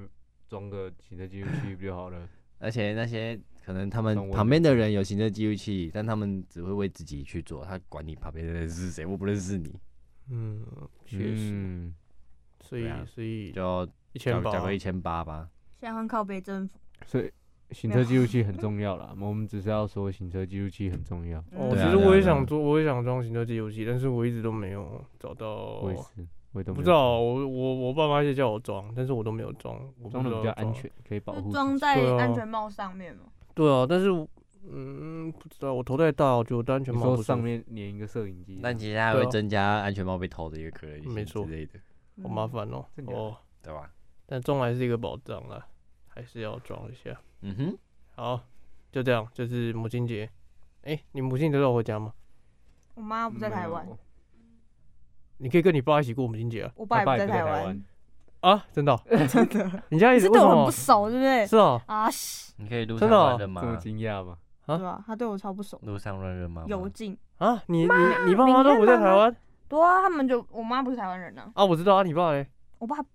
Speaker 5: 装个行车记录器不就好了？
Speaker 4: 而且那些可能他
Speaker 5: 懂
Speaker 4: 们
Speaker 5: 我
Speaker 4: 旁边的人有行车记录器，但他们只会为自己去做，他管你旁边的人是谁，我不认识你。
Speaker 7: 嗯，确实，
Speaker 5: 嗯，
Speaker 7: 所以所以
Speaker 4: 啊就
Speaker 7: 一千八
Speaker 4: 假个一千八吧。
Speaker 6: 现在换靠北政府，
Speaker 5: 所以行车
Speaker 7: (laughs)
Speaker 5: 记录器很重要啦。我们只是要说行车记录器很重要。
Speaker 7: 哦，其实
Speaker 5: 啊
Speaker 7: 我也想做，我也想装行车记录器，但是我一直都没有找到。
Speaker 5: 我也是我也都没有
Speaker 7: 不知道，哦我我我爸妈一直叫我装，但是我都没有装。我不知道
Speaker 5: 装得比较安全可以保
Speaker 6: 就
Speaker 5: 护
Speaker 6: 装在
Speaker 7: 对啊
Speaker 6: 安全帽上面嘛。
Speaker 7: 对啊，但是我嗯，不知道我头太大，我觉得我戴安全
Speaker 5: 你
Speaker 7: 帽
Speaker 5: 说
Speaker 7: 不舒
Speaker 5: 上
Speaker 7: 服
Speaker 5: 面粘一个摄影机，
Speaker 4: 但其实它会增加安全帽被偷的一个可能性，
Speaker 7: 啊没错
Speaker 4: 之类的。
Speaker 7: 好麻烦哦、
Speaker 5: 真的
Speaker 7: 哦，
Speaker 4: 对吧？
Speaker 7: 但装还是一个保障啦，还是要装一下。
Speaker 4: 嗯哼，
Speaker 7: 好，就这样，就是母亲节。哎、你母亲节有回家吗？
Speaker 6: 我妈不在台湾，
Speaker 7: 你可以跟你爸一起过母亲节啊。
Speaker 6: 我爸也不在台湾，
Speaker 7: 啊，真的哦、
Speaker 6: 真的。
Speaker 7: 你家一
Speaker 6: 你
Speaker 7: 直
Speaker 6: 是
Speaker 7: 为
Speaker 6: 对
Speaker 7: 什
Speaker 6: 我很
Speaker 7: 么
Speaker 6: 不？熟，对不对？
Speaker 7: 是哦
Speaker 6: 啊，嘘
Speaker 4: 你可以路
Speaker 7: 真
Speaker 4: 上
Speaker 7: 的哦
Speaker 4: 乱认吗？
Speaker 7: 这么
Speaker 4: 惊讶吗？
Speaker 6: 对啊，他对我超不熟。
Speaker 4: 路上乱认吗？
Speaker 6: 有劲
Speaker 7: 啊，你你你爸妈都不在台湾
Speaker 6: 对啊，他们就我妈不是台湾人啊，
Speaker 7: 啊？我知道啊，你爸嘞？
Speaker 6: 我爸不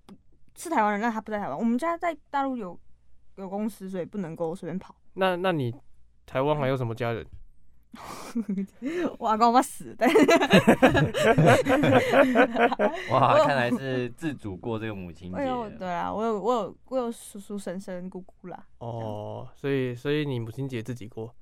Speaker 6: 是台湾人，但他不在台湾。我们家在大陆有有公司，所以不能够随便跑。 (laughs)
Speaker 7: 那那你台湾还有什么家人？
Speaker 6: 我阿公我爸死
Speaker 7: (laughs)
Speaker 6: 了，但
Speaker 4: 哇
Speaker 6: 我，有
Speaker 4: 看来是自主过这个母亲
Speaker 6: (laughs) 我
Speaker 4: 节。
Speaker 6: 有对啊，我有我有我有叔叔、婶婶、姑姑啦。
Speaker 7: 哦，所以所以你母亲节自己过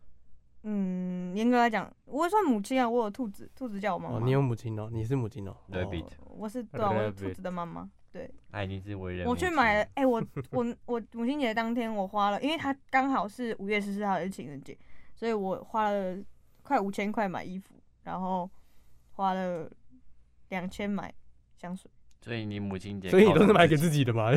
Speaker 6: 嗯，严格来讲，我也算母亲啊，我有兔子，兔子叫我妈妈。
Speaker 7: 哦，你有母亲哦，你是母亲哦。
Speaker 4: Rabbit
Speaker 6: 我是对啊，我是兔子的妈妈。对，
Speaker 4: 他已经是为人
Speaker 6: 我
Speaker 4: 母
Speaker 6: 去
Speaker 4: 亲
Speaker 6: 买了，
Speaker 7: (laughs)
Speaker 6: 哎、我我我母亲节当天我花了，因为它刚好是五月十四号也是情人节，所以我花了快五千块买衣服，然后花了两千买
Speaker 7: (laughs)
Speaker 6: 香水。
Speaker 4: 所以你母亲节，
Speaker 7: 所以你都是买给自己的嘛？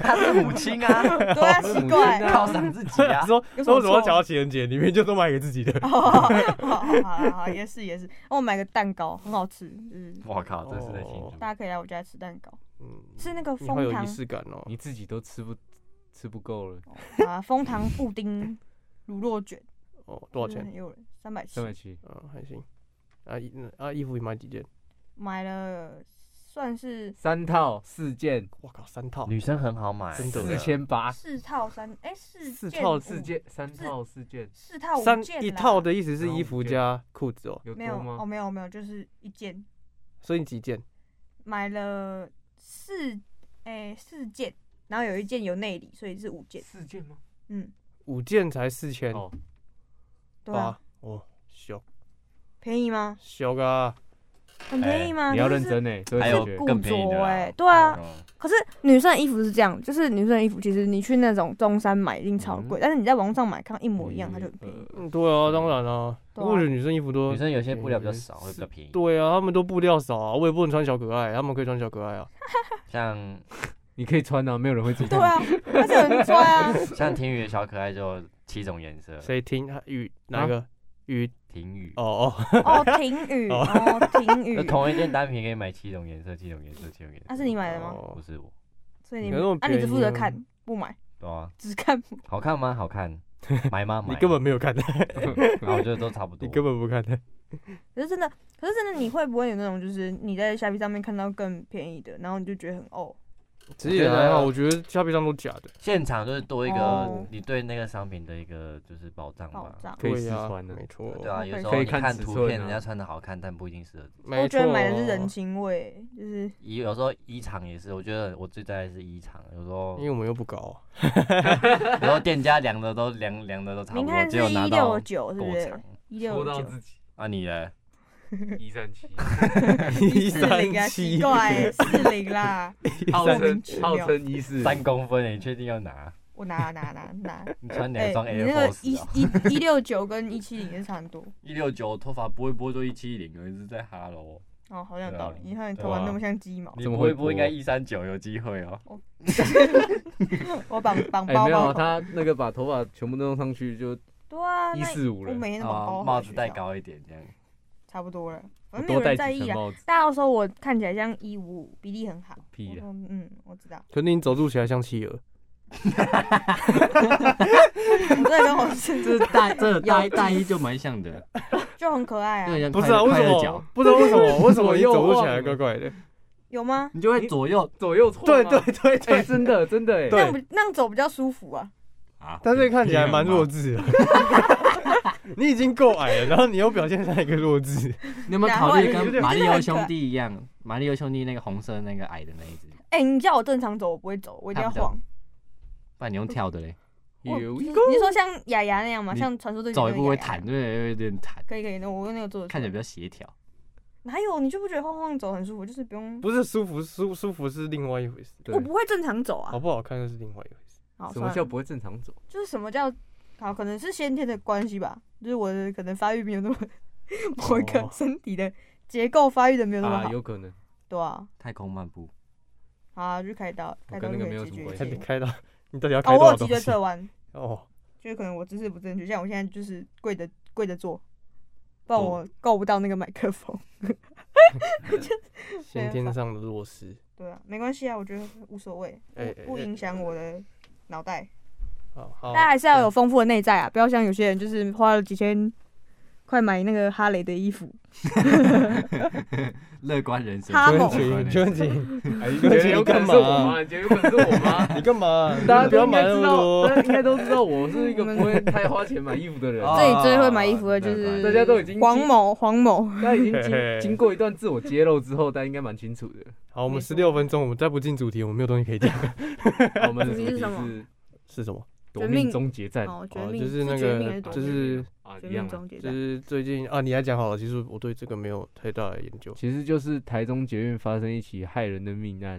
Speaker 4: 他是母亲啊，
Speaker 6: (laughs) 对啊，奇怪，
Speaker 4: 犒赏自己
Speaker 7: (laughs)
Speaker 4: 啊。
Speaker 7: 说
Speaker 6: 有什么
Speaker 7: 说什么
Speaker 6: 错哦
Speaker 7: 讲到情人节，里面就都买给自己的。 (laughs)
Speaker 6: 好好好好好，也是也是，我买个蛋糕，很好吃，就是
Speaker 4: 我靠，
Speaker 7: 哦
Speaker 4: 真是的庆
Speaker 6: 大家可以来我家吃蛋糕，
Speaker 7: 嗯，
Speaker 6: 吃那个
Speaker 5: 你好有
Speaker 6: 枫糖
Speaker 5: 仪式
Speaker 7: 感哦，
Speaker 5: 你自己都吃不吃不够了，
Speaker 6: 啊，枫糖布丁、乳酪卷，
Speaker 7: 哦，多少
Speaker 6: 就是
Speaker 7: 钱
Speaker 6: 很？诱人，三百七
Speaker 5: 三，百七，
Speaker 7: 嗯，还行。啊衣那啊，衣服你买几件？
Speaker 6: 买了算是
Speaker 5: 三套四件，
Speaker 7: 我靠，三套，
Speaker 4: 女生很好买，
Speaker 7: 哎真的啊
Speaker 5: 四千八，
Speaker 6: 四套三，哎、四
Speaker 5: 四
Speaker 6: 件哦
Speaker 5: 套
Speaker 6: 五
Speaker 5: 四件，三套四件，
Speaker 6: 四套五
Speaker 7: 三
Speaker 6: 件
Speaker 7: 一
Speaker 6: 啦
Speaker 7: 套的意思是衣服加裤子哦，
Speaker 5: 有
Speaker 6: 没有哦，没有没有，就是一件
Speaker 7: 所以你几件？
Speaker 6: 买了四哎、四件，然后有一件有内里，所以是五件。
Speaker 5: 四件吗？哦
Speaker 6: 嗯，
Speaker 7: 五件才四千
Speaker 6: 对啊，
Speaker 7: 八哦，小
Speaker 6: 便宜吗？
Speaker 7: 小啊，
Speaker 6: 很便宜吗？
Speaker 5: 你要
Speaker 6: 这
Speaker 5: 认
Speaker 6: 是
Speaker 5: 真哎，这
Speaker 6: 还
Speaker 5: 是
Speaker 6: 有
Speaker 5: 觉得
Speaker 6: 固
Speaker 4: 更便宜的
Speaker 6: 着
Speaker 4: 啦嗯
Speaker 6: 哎、对啊。可是女生的衣服是这样，就是女生的衣服，其实你去那种中山买一定超贵，但是你在网上买，看一模一样，它就很便宜。
Speaker 7: 嗯，对啊，当然啊，
Speaker 6: 对啊
Speaker 7: 我觉得女生衣服都
Speaker 4: 女生有些布料比较少，会比较便宜。
Speaker 7: 对啊，他们都布料少啊，我也不能穿小可爱，他们可以穿小可爱啊。
Speaker 4: 像
Speaker 5: 你可以穿啊，没有人会知
Speaker 6: 对
Speaker 5: 道。
Speaker 6: 啊，而且很帅啊。
Speaker 4: 像婷雨的小可爱就有七种颜色，
Speaker 7: 谁听雨哪
Speaker 5: 啊
Speaker 7: 个雨？
Speaker 4: 婷雨
Speaker 7: 哦
Speaker 6: 哦，
Speaker 7: 哦，
Speaker 6: 婷雨，
Speaker 7: 哦
Speaker 6: 哦，婷
Speaker 4: (laughs) 就
Speaker 6: 雨，
Speaker 4: 呃同一件单品可以买七种颜色，七种颜色，七种颜色。
Speaker 6: 啊那、是你买的吗？
Speaker 7: 哦
Speaker 4: 不是我，
Speaker 6: 所以你
Speaker 7: 没那么
Speaker 6: 啊，你只
Speaker 7: 便宜
Speaker 6: 负责
Speaker 7: 啊
Speaker 6: 看不买，
Speaker 4: 对啊，
Speaker 6: 只看不
Speaker 4: 好看吗？
Speaker 7: (laughs)
Speaker 4: 好看，买吗？买。
Speaker 7: 你
Speaker 4: (laughs)
Speaker 7: 根本没有
Speaker 5: 哦
Speaker 7: 看，
Speaker 4: 啊，我觉得都差不多
Speaker 7: 你。根本不看
Speaker 5: 啊
Speaker 7: 的。
Speaker 6: 可是真的，可是真的，你会不会有那种，就是你在虾皮上面看到更便宜的，然后你就觉得很哦，
Speaker 7: 其实也还啊好，我觉得虾皮上都假的。
Speaker 4: 现场就是多一个
Speaker 6: 哦
Speaker 4: 你对那个商品的一个就是保障
Speaker 6: 爆
Speaker 4: 吧。
Speaker 6: 炸！
Speaker 5: 可以
Speaker 7: 对
Speaker 5: 试
Speaker 7: 啊
Speaker 5: 穿的
Speaker 7: 没错。
Speaker 4: 对啊，
Speaker 6: 哦
Speaker 4: 有
Speaker 6: 可以
Speaker 4: 时候
Speaker 5: 可以
Speaker 4: 你
Speaker 5: 看
Speaker 4: 看
Speaker 5: 尺
Speaker 4: 图
Speaker 5: 寸
Speaker 4: 片，
Speaker 5: 啊
Speaker 4: 人家穿的好看，但不一定适合自己。
Speaker 7: 没
Speaker 6: 我觉得买的是
Speaker 7: 错
Speaker 6: 人情味，就是
Speaker 4: 衣有时候衣场也是，我觉得我最在意的是衣场，有时候
Speaker 7: 因为我们又不高，啊
Speaker 4: (laughs) 有时候店家量的都量量的都差不
Speaker 6: 您
Speaker 4: 多，
Speaker 6: 看
Speaker 4: 啊只
Speaker 6: 是
Speaker 4: 有拿到
Speaker 6: 169是不
Speaker 4: 够
Speaker 6: 是
Speaker 4: 长。
Speaker 6: 一六
Speaker 5: 戳到
Speaker 6: 九
Speaker 5: 自己，
Speaker 4: 啊，你嘞？
Speaker 5: 一三
Speaker 6: (laughs)
Speaker 5: 七，
Speaker 6: 一四零啊，奇怪，四零啦，
Speaker 5: 号
Speaker 6: 莫
Speaker 5: 称
Speaker 6: 名其
Speaker 5: 号
Speaker 6: 妙，
Speaker 5: 称一四
Speaker 4: 三公分欸，你确定要拿？
Speaker 6: 我拿啊拿拿拿，
Speaker 4: 你穿两
Speaker 6: 哎，
Speaker 4: 双
Speaker 6: 你
Speaker 4: Air
Speaker 6: 那个一
Speaker 4: Force 啊？
Speaker 6: 一一六九跟一七零也是差很多
Speaker 4: 一六九，头发不会拨就一七零，而是在哈 (laughs) 喽。
Speaker 6: 哦，好像有
Speaker 4: 对啊
Speaker 6: 道理。你看你
Speaker 4: 对
Speaker 6: 头发那
Speaker 4: 啊
Speaker 6: 么像鸡毛，
Speaker 4: 你
Speaker 5: 怎么
Speaker 4: 不
Speaker 5: 会
Speaker 4: 会拨应
Speaker 5: 拨
Speaker 4: 该一三九有机会哦。
Speaker 6: (laughs) 我绑绑
Speaker 5: 哎、
Speaker 6: 包
Speaker 5: 没有
Speaker 6: 包，
Speaker 5: 他那个把头发全部弄上去就
Speaker 6: 对啊，
Speaker 5: 一
Speaker 6: 那
Speaker 5: 四五
Speaker 6: 我
Speaker 5: 了，
Speaker 6: 每天都绑
Speaker 4: 啊
Speaker 6: 包，
Speaker 4: 帽子戴
Speaker 6: 带，
Speaker 4: 高一点这样。
Speaker 6: 差不多了，
Speaker 5: 我
Speaker 6: 反正没有
Speaker 5: 多戴
Speaker 6: 人在
Speaker 5: 几
Speaker 6: 意
Speaker 5: 层
Speaker 6: 啊。
Speaker 5: 帽子，
Speaker 6: 大家都说我看起来像一五五，比例很好。
Speaker 5: 屁
Speaker 6: 我
Speaker 5: 啊！
Speaker 6: 说嗯，我知道。 (laughs)
Speaker 7: 可是你走路起来像企鹅。
Speaker 6: 我真的跟我是
Speaker 4: 这大这大大衣就蛮像的，
Speaker 6: (laughs) 就很可爱啊，
Speaker 7: 不是啊，为什么？不知道为什 (laughs) 么？为什么你走路起来怪怪的？
Speaker 6: 有吗？
Speaker 4: 你就会左右
Speaker 5: 左右错
Speaker 7: 对
Speaker 5: 吗
Speaker 7: 对对
Speaker 5: 哎、
Speaker 7: 对，
Speaker 5: 真的真的哎、
Speaker 6: 那样不那样走比较舒服啊。
Speaker 4: 啊。
Speaker 7: 但是看起来蛮弱智
Speaker 4: 智。
Speaker 7: 的。你已经够矮了，然后你又表现像一个弱智。
Speaker 4: 你有没有考虑
Speaker 6: 然后
Speaker 4: 跟
Speaker 6: 有
Speaker 4: 马里
Speaker 6: 真的
Speaker 4: 奥
Speaker 6: 很
Speaker 4: 兄弟一样？马里奥兄弟那个红色那个矮的那一只，
Speaker 6: 哎、哎、你叫我正常走，我不会走，我一定要
Speaker 4: 看不到
Speaker 6: 晃。
Speaker 4: 不然你用跳的嘞，
Speaker 6: 我就是你说像雅雅那样吗？
Speaker 4: 你
Speaker 6: 像传说对决
Speaker 4: 走一步
Speaker 6: 那
Speaker 4: 会
Speaker 6: 个雅雅
Speaker 4: 弹，对不对，有点弹，
Speaker 6: 可以可以，那我用那个做得出
Speaker 4: 看起来
Speaker 6: 来。
Speaker 4: 比较协调。
Speaker 6: 哪有？你就不觉得晃晃走很舒服？就是不用。
Speaker 7: 不是舒服，舒舒服是另外一回事。
Speaker 6: 我不会正常走啊
Speaker 7: 好不好看那是另外一回事。
Speaker 6: 好什么算了叫
Speaker 5: 不会正常走？
Speaker 6: 就是什么叫好，可能是先天的关系吧，就是我的可能发育没有那么 (laughs)
Speaker 7: 哦
Speaker 6: 某一个身体的结构发育的没有那么好，
Speaker 5: 啊，有可能。
Speaker 6: 对啊，
Speaker 4: 太空漫步，
Speaker 6: 啊就开刀，开刀就可以解决一
Speaker 7: 开
Speaker 6: 切。
Speaker 7: 开到你到底要
Speaker 6: 哦，
Speaker 7: 开
Speaker 6: 我
Speaker 7: 多
Speaker 6: 有
Speaker 7: 少
Speaker 6: 脊
Speaker 7: 东
Speaker 6: 椎
Speaker 7: 西？
Speaker 6: 侧弯，
Speaker 7: 哦，
Speaker 6: 就是可能我姿势不正确，像我现在就是跪着跪着坐，不然我够不到那个麦克风。 (laughs)
Speaker 7: 先天上的弱势。
Speaker 6: 对啊，没关系啊，我觉得无所谓，
Speaker 7: 哎哎哦
Speaker 6: 不不影响我的脑袋。
Speaker 7: 好好
Speaker 6: 大，家还是要有丰富的内在啊，不要像有些人就是花了几千块买那个哈雷的衣服。
Speaker 4: 乐观人生。
Speaker 6: 哈
Speaker 7: 邱
Speaker 6: 某
Speaker 7: 文晴，邱文晴，
Speaker 5: 哎
Speaker 7: 邱文晴
Speaker 5: 有可
Speaker 7: 干
Speaker 5: 能是我
Speaker 7: 嘛
Speaker 5: 吗？？有可能是我吗？
Speaker 7: (laughs) 你干嘛？
Speaker 5: (laughs) 大家
Speaker 7: 不要
Speaker 5: 都应该
Speaker 7: 买那
Speaker 5: 知
Speaker 7: 么
Speaker 5: 道，
Speaker 7: 多
Speaker 5: 大。家应该都知道，我是一个
Speaker 6: 我们
Speaker 5: 不会太花钱买衣服的
Speaker 7: (laughs)
Speaker 5: 人。
Speaker 7: 哦
Speaker 6: 这里最会买衣服的就是
Speaker 5: 大家都已经
Speaker 6: 黄某，黄
Speaker 7: (laughs)
Speaker 6: 某，
Speaker 5: 大家已经
Speaker 7: 嘿嘿
Speaker 5: 经经过一段自我揭露之后，大家应该蛮清楚的。
Speaker 7: 好，我们十六分钟，我们再不进主题，我们没有东西可以讲。
Speaker 5: 我们的主题
Speaker 6: 主题是什么
Speaker 5: 是
Speaker 7: 是什么？
Speaker 5: 夺命终结战，
Speaker 6: 哦，绝
Speaker 7: 哦，
Speaker 6: 命
Speaker 7: 就是那
Speaker 6: 绝命
Speaker 7: 个
Speaker 6: 还是，夺
Speaker 7: 就
Speaker 6: 命
Speaker 7: 是
Speaker 5: 啊
Speaker 6: 绝
Speaker 5: 一样
Speaker 6: 命
Speaker 5: 啊。
Speaker 6: 终结
Speaker 7: 就
Speaker 6: 战。
Speaker 7: 是最近啊，你来讲好了。其实我对这个没有太大的研究。
Speaker 5: 其实就是台中捷运发生一起害人的命案，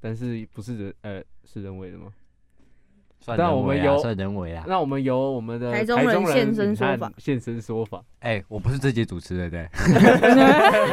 Speaker 5: 但是不是人呃是人为的吗？
Speaker 4: 算
Speaker 5: 但
Speaker 4: 人
Speaker 5: 我们
Speaker 4: 为啊
Speaker 5: 有
Speaker 4: 算人为啊
Speaker 5: 那我们有我们的台
Speaker 6: 台中人现身
Speaker 5: 领
Speaker 6: 说
Speaker 5: 汉
Speaker 6: 法
Speaker 5: 现身说
Speaker 6: (laughs)
Speaker 5: 法。
Speaker 4: 哎，我不是这节主持人对，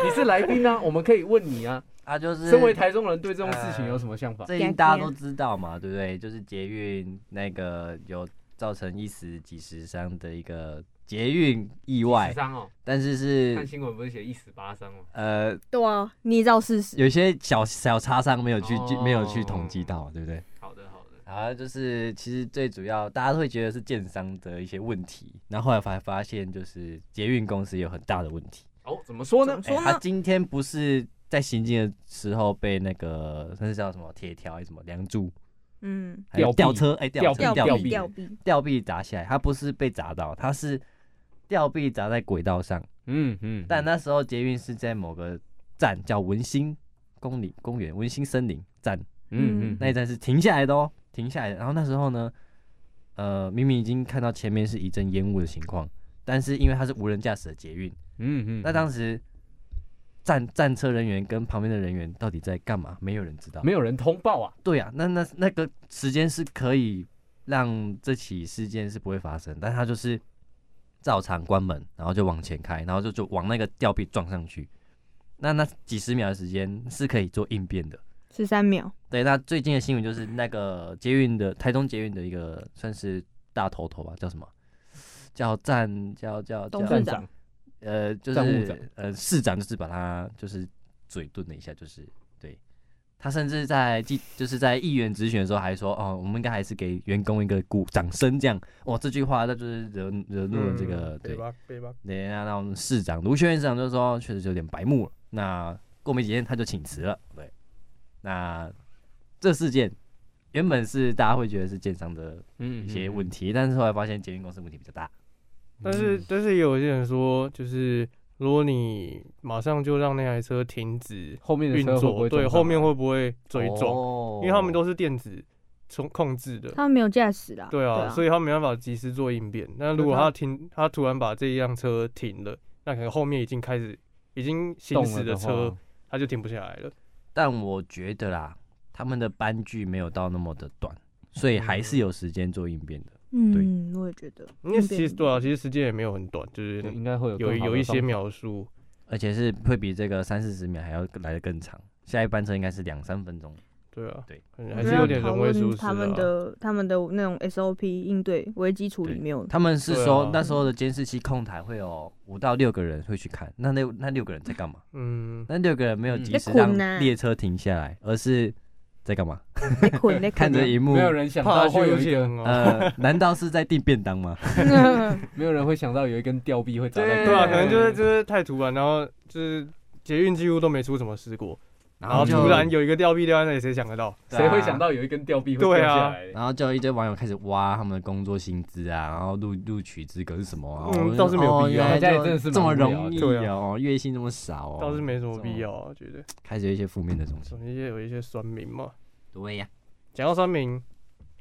Speaker 5: 你是来宾啊，我们可以问你啊。
Speaker 4: 啊，就是
Speaker 5: 身为台中人，对这种事情有什么想法？
Speaker 4: 这一定大家都知道嘛，对不对？就是捷运那个有造成一死几十伤的一个捷运意外
Speaker 5: 十，伤哦，
Speaker 4: 但是
Speaker 5: 看
Speaker 4: 是
Speaker 5: 新闻不是写一死八伤吗？
Speaker 4: 呃
Speaker 6: 对啊，捏造事实。
Speaker 4: 有一些小小擦伤没有去、
Speaker 5: 哦
Speaker 4: 没有去统计到，对不对？
Speaker 5: 好的好的，
Speaker 4: 然后就是其实最主要大家都会觉得是建商的一些问题，然后后来才发现就是捷运公司有很大的问题。
Speaker 5: 哦，怎么说呢？
Speaker 4: 哎他今天不是在行进的时候被那个那是叫什么铁条还是什么梁柱
Speaker 6: 嗯，
Speaker 4: 还有吊车哎吊车吊
Speaker 6: 臂，
Speaker 4: 臂
Speaker 6: 吊臂，
Speaker 4: 吊臂砸下来，他不是被砸到，他是吊臂砸在轨道上。
Speaker 5: 嗯嗯，
Speaker 4: 但那时候捷运是在某个站叫文心公里公园、文心森林站，
Speaker 5: 嗯嗯
Speaker 4: 那一站是停下来的哦，停下来的。然后那时候呢，呃，明明已经看到前面是一阵烟雾的情况，但是因为它是无人驾驶的捷运，
Speaker 5: 嗯嗯，
Speaker 4: 那当时站站车人员跟旁边的人员到底在干嘛，没有人知道。
Speaker 5: 没有人通报啊，
Speaker 4: 对啊，那那那个时间是可以让这起事件是不会发生，但他就是照常关门，然后就往前开，然后就就往那个吊臂撞上去。那那几十秒的时间是可以做应变的。
Speaker 6: 十三秒。
Speaker 4: 对，那最近的新闻就是那个捷运的台中捷运的一个算是大头头吧，叫什么？叫站叫叫叫
Speaker 6: 董事长，
Speaker 4: 呃，就
Speaker 5: 站务长
Speaker 4: 是呃市长就是把他就是嘴遁了一下，就是对他甚至在记就是在议员质询的时候还说哦，我们应该还是给员工一个鼓掌声这样。哇，这句话那就是惹惹怒了这个、
Speaker 7: 嗯
Speaker 4: 对
Speaker 7: 北吧北吧，
Speaker 4: 对，那那我们市长卢轩市长就说，确实有点白目了。那过没几天他就请辞了。对，那这事件原本是大家会觉得是建商的
Speaker 5: 嗯
Speaker 4: 一些问题，但是后来发现捷运公司问题比较大。
Speaker 7: 但
Speaker 4: 嗯
Speaker 5: 嗯
Speaker 7: 是但是也有些人说，就是如果你马上就让那台车停止
Speaker 5: 后面的
Speaker 7: 运
Speaker 5: 车会不
Speaker 7: 作，
Speaker 5: 会
Speaker 7: 对，
Speaker 5: 撞
Speaker 7: 后
Speaker 5: 上
Speaker 7: 面会不会追撞？
Speaker 4: 哦
Speaker 7: 因为他们都是电子控控制的，
Speaker 6: 他们没有驾驶啦。
Speaker 7: 对啊，所
Speaker 6: 以
Speaker 7: 以他没办法及时做应变。那如果他停，他突然把这一辆车停了，那可能后面已经开始已经行
Speaker 5: 动
Speaker 7: 驶
Speaker 5: 了
Speaker 7: 的
Speaker 5: 的
Speaker 7: 车
Speaker 5: 话，，
Speaker 7: 他就停不下来了。
Speaker 4: 但我觉得啦，他们的班距没有到那么的短，所以
Speaker 7: 嗯
Speaker 4: 还是有时间做应变的。
Speaker 6: 嗯，我也觉得。
Speaker 7: 因为其实对啊，其实时间也没有很短，就是
Speaker 5: 应该会有
Speaker 7: 有
Speaker 5: 更好的
Speaker 7: 有一些
Speaker 5: 方法
Speaker 7: 描述。
Speaker 4: 而且是会比这个三四十秒还要来的更长，下一班车应该是两三分钟。
Speaker 7: 对啊，
Speaker 4: 对，
Speaker 7: 可能还是有点人为疏失、啊。
Speaker 6: 他们的他们的那种 SOP 应对危机处理没有，
Speaker 4: 他们是
Speaker 7: 对啊
Speaker 4: 说、那时候的监视器控台会有五到六个人会去看，那那那六个人在干嘛？
Speaker 7: 嗯，
Speaker 4: 那六个人没有及时
Speaker 6: 在
Speaker 4: 让
Speaker 6: 捆啊
Speaker 4: 列车停下来，而是在干嘛？
Speaker 6: 在 (laughs) 捆在
Speaker 4: 看着
Speaker 6: 一
Speaker 4: 荧幕
Speaker 5: 没。有人想
Speaker 7: 怕
Speaker 5: 到
Speaker 7: 会
Speaker 5: 会
Speaker 7: 有
Speaker 5: 有一
Speaker 7: 些
Speaker 5: 个，
Speaker 7: 人哦。
Speaker 4: 呃，难道是在订便当吗？
Speaker 6: (laughs)
Speaker 5: 没有人会想到有一根吊臂
Speaker 3: 啊
Speaker 5: 会砸在。
Speaker 7: 对啊，可能就是就是太突然，然后就是捷运几乎都没出什么事故，
Speaker 4: 然
Speaker 3: (laughs) 然
Speaker 4: 后
Speaker 3: 后
Speaker 4: 嗯就
Speaker 3: 突然有一个吊臂掉在那里，谁想得到？
Speaker 4: 对啊
Speaker 3: 对啊，
Speaker 4: 然后就有一堆网友开始挖他们的工作薪资啊，然后录录取资格是什么啊？
Speaker 3: 嗯
Speaker 4: 我就
Speaker 3: 倒是没有
Speaker 4: 哦
Speaker 3: 必要
Speaker 4: 原
Speaker 3: 大
Speaker 4: 来
Speaker 3: 家也
Speaker 4: 就
Speaker 3: 真的是
Speaker 4: 这么
Speaker 3: 蛮无聊
Speaker 4: 容易
Speaker 3: 的对啊
Speaker 4: 哦，月薪这么少哦，
Speaker 3: 倒是嗯没什么必要啊，我觉得。
Speaker 4: 开始有一些负面的东西。
Speaker 3: 总之也有一些酸民嘛。
Speaker 4: 对呀、
Speaker 3: 讲到酸民，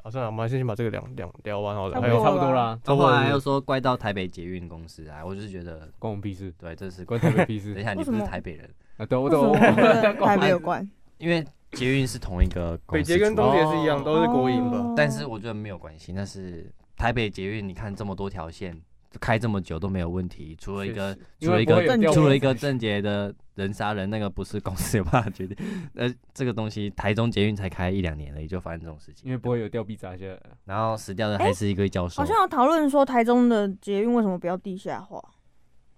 Speaker 3: 啊，算了，我们还是先把这个两两聊完好了。还有
Speaker 4: 然后后来又说怪到台北捷运公司啊，我就是觉得关我屁事。对，这是
Speaker 5: 关台北屁事 (laughs)
Speaker 4: 等一下，你不
Speaker 5: 为
Speaker 4: 是
Speaker 5: 什么
Speaker 4: 台北人
Speaker 5: 啊对我懂为什么跟台北有
Speaker 6: (laughs) 关，
Speaker 4: 因为捷运是同一个公司
Speaker 3: 北捷跟
Speaker 4: 出的
Speaker 3: 东捷是一样都是国营吧哦
Speaker 4: 但是我觉得没有关系。但是台北捷运，你看这么多条线，开这么久都没有问题，除了一个
Speaker 5: 是是
Speaker 4: 除了一
Speaker 5: 因为不会有
Speaker 4: 个
Speaker 5: 调
Speaker 4: 除了一个郑捷的人杀人，那个不是公司有办法决定。呃，这个东西台中捷运才开一两年而已，就发生这种事情，
Speaker 5: 因为不会有吊臂砸下来。
Speaker 4: 然后死掉的还是一个教授。
Speaker 6: 好像有讨论说台中的捷运为什么不要地下化，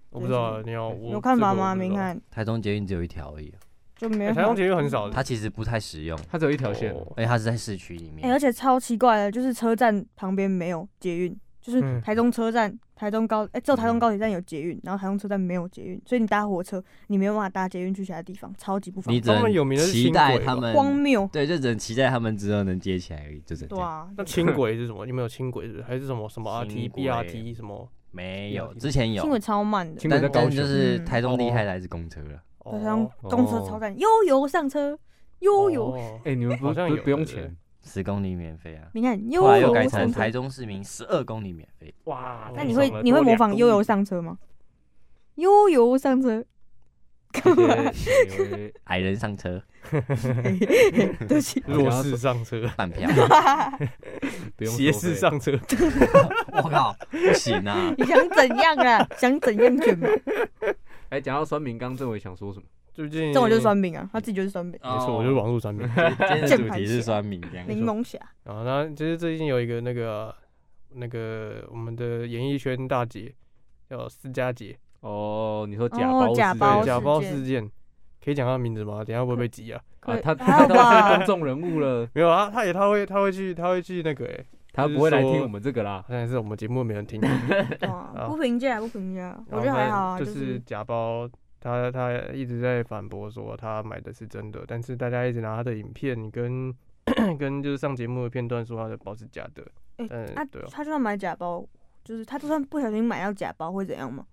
Speaker 3: 我不知道你要
Speaker 6: 有看法吗？明翰
Speaker 4: 台中捷运只有一条而已，
Speaker 6: 就没有、
Speaker 3: 少，
Speaker 4: 它其实不太实用，
Speaker 5: 它只有一条线，
Speaker 3: 哦
Speaker 4: 而且它是在市区里面。
Speaker 6: 哎、而且超奇怪的，就是车站旁边没有捷运，就是
Speaker 4: 嗯
Speaker 6: 台中车站、台中高，哎、只有台中高铁站有捷运，然后台中车站没有捷运，所以你搭火车，你没有办法搭捷运去其他地方，超级不方
Speaker 4: 你
Speaker 6: 便。
Speaker 4: 只能期待他们
Speaker 6: 荒谬，
Speaker 4: 对，就只能期待他们之后能接起来而已，就这
Speaker 6: 对
Speaker 4: 样。
Speaker 6: 啊。
Speaker 3: 那轻轨是什么？你们有轻轨是不是还是什么什么 R
Speaker 4: 轻
Speaker 3: T
Speaker 4: 轨
Speaker 3: B R T 什么？
Speaker 4: 没有，之前有
Speaker 6: 轻轨超慢的，
Speaker 4: 但但就是
Speaker 6: 嗯
Speaker 4: 台中厉
Speaker 3: 哦
Speaker 4: 害的还是公车了。
Speaker 6: 对台中
Speaker 4: 哦
Speaker 6: 公车超赞，悠游上车，悠游。
Speaker 5: 哎，你们不
Speaker 4: 好像
Speaker 5: 不
Speaker 4: 有
Speaker 5: 不用
Speaker 4: 对对
Speaker 5: 钱，
Speaker 4: 十公里免费啊！
Speaker 6: 你看悠
Speaker 4: 后来又
Speaker 6: 游
Speaker 4: 改
Speaker 6: 上
Speaker 4: 成
Speaker 6: 车
Speaker 4: 台中市民十二公里免费。
Speaker 3: 哇
Speaker 6: 那你会你会模仿悠游上车吗？悠游上车，
Speaker 3: (laughs)
Speaker 4: 矮人上车，
Speaker 6: 对不起
Speaker 4: 嗯
Speaker 3: 弱势上车，
Speaker 4: 半票
Speaker 3: 不用斜视上车。
Speaker 4: 我靠，不行啊！
Speaker 6: (laughs) 你想怎样啊？想怎样卷嘛？
Speaker 5: 哎，讲到酸民，刚政委想说什么？
Speaker 3: 最近
Speaker 6: 这种就是酸饼啊，他自己就是酸
Speaker 4: 嗯
Speaker 6: 饼。
Speaker 3: 没错，我就是网
Speaker 6: 哦
Speaker 3: 络酸民。
Speaker 4: 今天的主题是酸民，这样
Speaker 6: 柠檬侠，
Speaker 3: 啊，那其实最近有一个那个那个我们的演艺圈大姐叫思佳姐
Speaker 5: 哦，你说
Speaker 6: 假哦包事假件包
Speaker 3: 对假
Speaker 6: 事
Speaker 3: 包
Speaker 6: 件
Speaker 3: 事件，可以讲她名字吗？等一下会不会被挤啊？
Speaker 5: 可 (laughs) 啊她还好她吧都是公众人物了，
Speaker 3: 没有啊？她也她会她会去她会去那个哎，
Speaker 5: 她
Speaker 3: 就是
Speaker 5: 不会来
Speaker 3: 说
Speaker 5: 听我们这个啦，
Speaker 3: 好像是我们节目没人 (laughs) 听。啊
Speaker 6: 不评价，不评价，我
Speaker 3: 然
Speaker 6: 觉得
Speaker 3: 后
Speaker 6: 还
Speaker 3: 他
Speaker 6: 好啊，
Speaker 3: 就
Speaker 6: 就是
Speaker 3: 是假包，他他一直在反驳说他买的是真的，但是大家一直拿他的影片跟跟就是上节目的片段说他的包是假的。
Speaker 6: 哎、
Speaker 3: 嗯
Speaker 6: 他
Speaker 3: 对啊
Speaker 6: 他就算买假包，就是他就算不小心买到假包会怎样吗？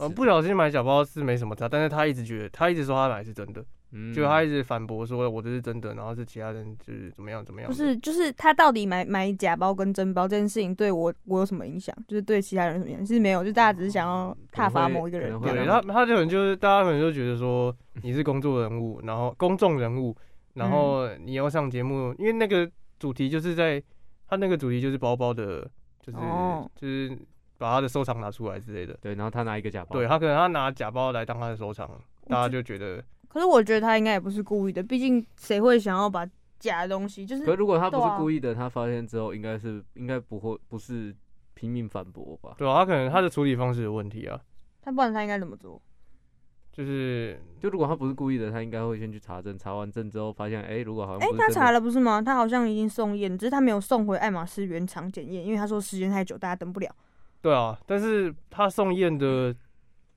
Speaker 3: 呃，不小心买假包是没什么差，但是他一直觉得，他一直说他买是真的，
Speaker 5: 嗯
Speaker 3: 就他一直反驳说我这是真的，然后是其他人就是怎么样怎么样
Speaker 6: 不
Speaker 3: 的。
Speaker 6: 是，就是他到底买买假包跟真包这件事情对我我有什么影响？就是对其他人有什么影响？其实没有，就大家只是想
Speaker 3: 哦
Speaker 6: 要挞伐某一个人这样。
Speaker 3: 对他，他可能就是大家可能就觉得说你是公众人物，然后公众人物，然
Speaker 6: 嗯
Speaker 3: 后你要上节目，因为那个主题就是在他那个主题就是包包的，就是、
Speaker 5: 哦
Speaker 3: 就是把他的收藏拿出来之类的。
Speaker 5: 对，然后他拿一个假包，
Speaker 3: 对啊他可能他拿假包来当他的收藏，大家就觉得
Speaker 6: 可是我觉得他应该也不是故意的，毕竟谁会想要把假的东西？就是，
Speaker 5: 可如果他不
Speaker 6: 对啊
Speaker 5: 是故意的，他发现之后应该是应该不会不是拼命反驳吧？
Speaker 3: 对啊，他可能他的处理方式有问题啊，
Speaker 6: 他不然他应该怎么做？
Speaker 3: 就是
Speaker 5: 就如果他不是故意的，他应该会先去查证，查完证之后发现，哎、如果好像
Speaker 6: 哎、
Speaker 5: 不是
Speaker 6: 他
Speaker 5: 真
Speaker 6: 查
Speaker 5: 的
Speaker 6: 了不是吗？他好像已经送验，只是他没有送回爱马仕原厂检验，因为他说时间太久，大家等不了。
Speaker 3: 对啊，但是他送验的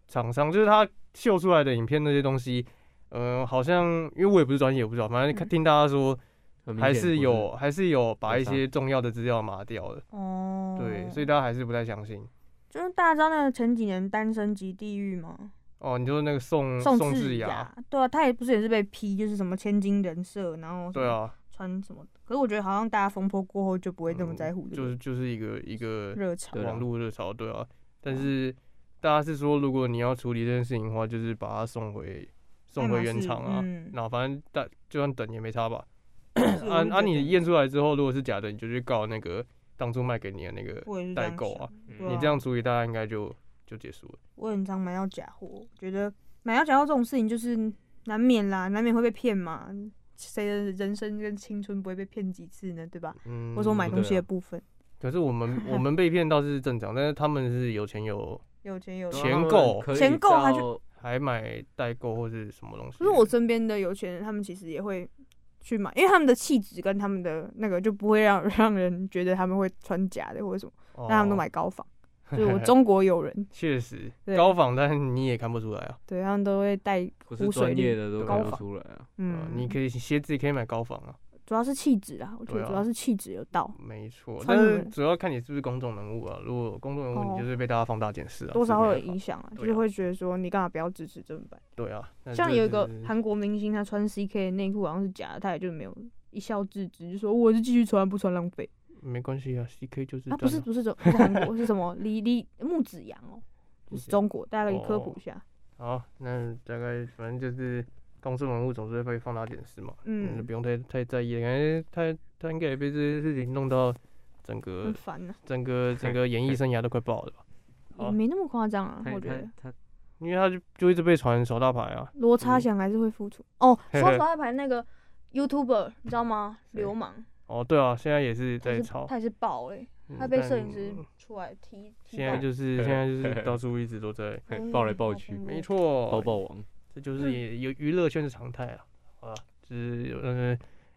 Speaker 3: 厂商，就是他秀出来的影片那些东西，嗯、好像因为我也不是专业，我不知道，反正看听大家说，
Speaker 5: 很明
Speaker 3: 还
Speaker 5: 显
Speaker 3: 是
Speaker 5: 不
Speaker 3: 有还是有把
Speaker 5: 有
Speaker 3: 一
Speaker 5: 差
Speaker 3: 些重要的资料码掉了，
Speaker 6: 哦，
Speaker 3: 对，所以大家还是不太相信。
Speaker 6: 就是大家知道那个前几年单身即地狱吗？
Speaker 3: 哦，你说那个宋
Speaker 6: 宋
Speaker 3: 宋
Speaker 6: 智
Speaker 3: 雅，
Speaker 6: 对啊，他也不是也是被批，就是什么千金人设，然后
Speaker 3: 对啊，
Speaker 6: 穿什么的。可是我觉得好像大家风波过后就不会那么在乎这个。
Speaker 3: 嗯就是就是一个一个
Speaker 6: 热潮
Speaker 3: 网络热潮，对啊。但是大家是说，如果你要处理这件事情的话，就是把它送回送回原厂啊
Speaker 6: 爱马仕
Speaker 3: (clears throat)
Speaker 6: 嗯，
Speaker 3: 然后反正大就算等也没差吧。
Speaker 6: 是我
Speaker 3: 啊
Speaker 6: 是
Speaker 3: 啊！
Speaker 6: 觉得
Speaker 3: 你验出来之后，如果是假的，你就去告那个当初卖给你的那个
Speaker 6: 我也是这
Speaker 3: 代
Speaker 6: 样
Speaker 3: 购啊。
Speaker 6: 想对
Speaker 3: 你
Speaker 6: 啊
Speaker 3: 这样处理，大家应该就就结束了。
Speaker 6: 我很常买到假货，我觉得买到假货这种事情就是难免啦，难免会被骗嘛。谁的人生跟青春不会被骗几次呢？对吧？
Speaker 3: 嗯
Speaker 6: 或者我买东西
Speaker 3: 对啊
Speaker 6: 的部分，
Speaker 3: 可是我
Speaker 6: (laughs)
Speaker 3: 们我们被骗倒是正常，但是他们是有钱有
Speaker 6: 有钱
Speaker 5: 啊
Speaker 6: 有
Speaker 3: 钱购，
Speaker 6: 钱购还去
Speaker 3: 还买代购或是什么东西
Speaker 6: 可是。我身边的有钱人，他们其实也会去买，因为他们的气质跟他 (laughs) 们的那个就不会让让人觉得他们会穿假的或者什么，那他们都买高仿。就是我中国友人，
Speaker 3: 哦 (laughs) 确实
Speaker 6: 对
Speaker 3: 高仿，但你也看不出来啊。
Speaker 6: 对他们都会带
Speaker 3: 不是
Speaker 6: 污水
Speaker 3: 专
Speaker 6: 滤
Speaker 3: 业的都
Speaker 6: 高
Speaker 3: 看不
Speaker 6: 仿
Speaker 3: 出来啊
Speaker 6: 嗯，
Speaker 3: 你可以鞋子也可以买高仿啊，
Speaker 6: 主要是气质啊，我觉
Speaker 3: 对
Speaker 6: 得
Speaker 3: 啊
Speaker 6: 主要是气质有到，
Speaker 3: 没错。
Speaker 6: 穿
Speaker 3: 但
Speaker 6: 什
Speaker 3: 是
Speaker 6: 么
Speaker 3: 主要看你是不是公众人物啊。如果公众人物，
Speaker 6: 哦
Speaker 3: 你就是被大家放大检视啊，
Speaker 6: 多少
Speaker 3: 这
Speaker 6: 会
Speaker 3: 没
Speaker 6: 有
Speaker 3: 办法
Speaker 6: 影响啊，就
Speaker 3: 对
Speaker 6: 是会觉得说你干嘛不要支持正版？
Speaker 3: 对啊，那
Speaker 6: 像
Speaker 3: 就
Speaker 6: 有一个
Speaker 3: 是
Speaker 6: 韩国明星，他穿 CK 的内裤好像是假的，他也就没有一笑置之，就说我是继续穿，不穿浪费。
Speaker 3: 没关系啊，CK 就是
Speaker 6: 啊，不是
Speaker 3: 赚啊
Speaker 6: 不
Speaker 3: (laughs)
Speaker 6: 是中不是韩国是什么？李李木子洋哦，就是中国，大家可以
Speaker 3: 哦
Speaker 6: 科普一下。
Speaker 3: 好，那大概反正就是公众人物总是会放大检视嘛，
Speaker 6: 嗯
Speaker 3: 就不用太太在意了，感觉他他应该也被这些事情弄到整个
Speaker 6: 很烦啊
Speaker 3: 整 (laughs) 个整个演艺生涯都快爆了吧？
Speaker 6: 也没那么夸张啊，
Speaker 3: 他
Speaker 6: 我觉得
Speaker 3: 他因为他就就一直被传手大牌啊，
Speaker 6: 罗差祥还是会付出。哦，
Speaker 3: 嘿
Speaker 6: 说
Speaker 3: 嘿
Speaker 6: 到大牌那个 YouTuber，你知道吗？流氓，
Speaker 3: 哦对啊，现在也是
Speaker 6: 他
Speaker 3: 在
Speaker 6: 是
Speaker 3: 炒
Speaker 6: 他，也是爆嘞
Speaker 3: 嗯，
Speaker 6: 他被
Speaker 3: 但
Speaker 6: 摄影师出来踢踢
Speaker 3: 现在
Speaker 6: 爆。
Speaker 3: 就是现
Speaker 14: (laughs)
Speaker 3: 在就是到处一直都在
Speaker 6: 嗯抱来抱去
Speaker 3: 没错，哎
Speaker 15: 抱抱王，
Speaker 3: 这
Speaker 6: 嗯
Speaker 3: 就是也有娱乐圈的常态啊，好吧，就是呃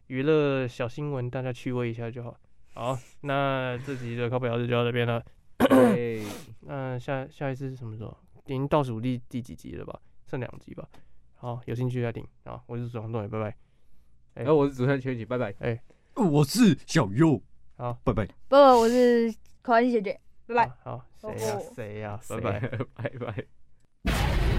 Speaker 3: 娱乐小新闻，大家趣味一下就好。好，那这集的靠北聊就到这边了。
Speaker 14: 哎
Speaker 3: 那下下一次是什么时候？已经倒数第第几集了吧？剩两集吧。好，有兴趣再听。好，我是主持人东伟，拜拜。 (coughs) 哎、
Speaker 14: 我是主持人全景，拜拜。
Speaker 3: 哎、
Speaker 1: 我是小优，
Speaker 3: 好，
Speaker 1: 拜拜。
Speaker 16: 不，我是口安姐姐，拜拜。
Speaker 3: 好，
Speaker 16: 哦
Speaker 3: 谁呀、谁呀、拜拜，
Speaker 14: (laughs) 拜拜。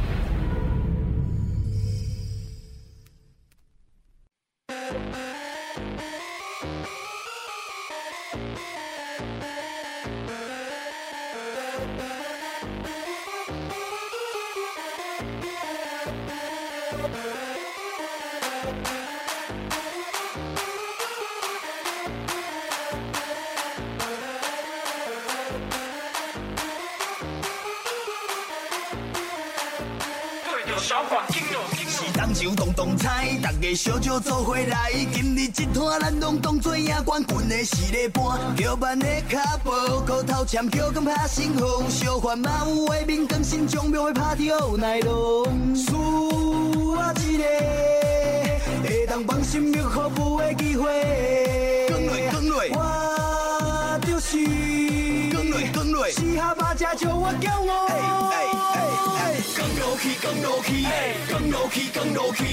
Speaker 7: 是东酒动动菜，大家小酒做伙来。今日这摊咱拢当做赢冠军的是咧盘，叫慢的脚步，高头签叫敢拍新风，小烦嘛有画面更新，将秒会拍到内容。输我一个，会当帮生命服务的机会。更累更累，我就是更累更累，是下巴才笑我骄傲。更落去，更落去，更落去，更落去，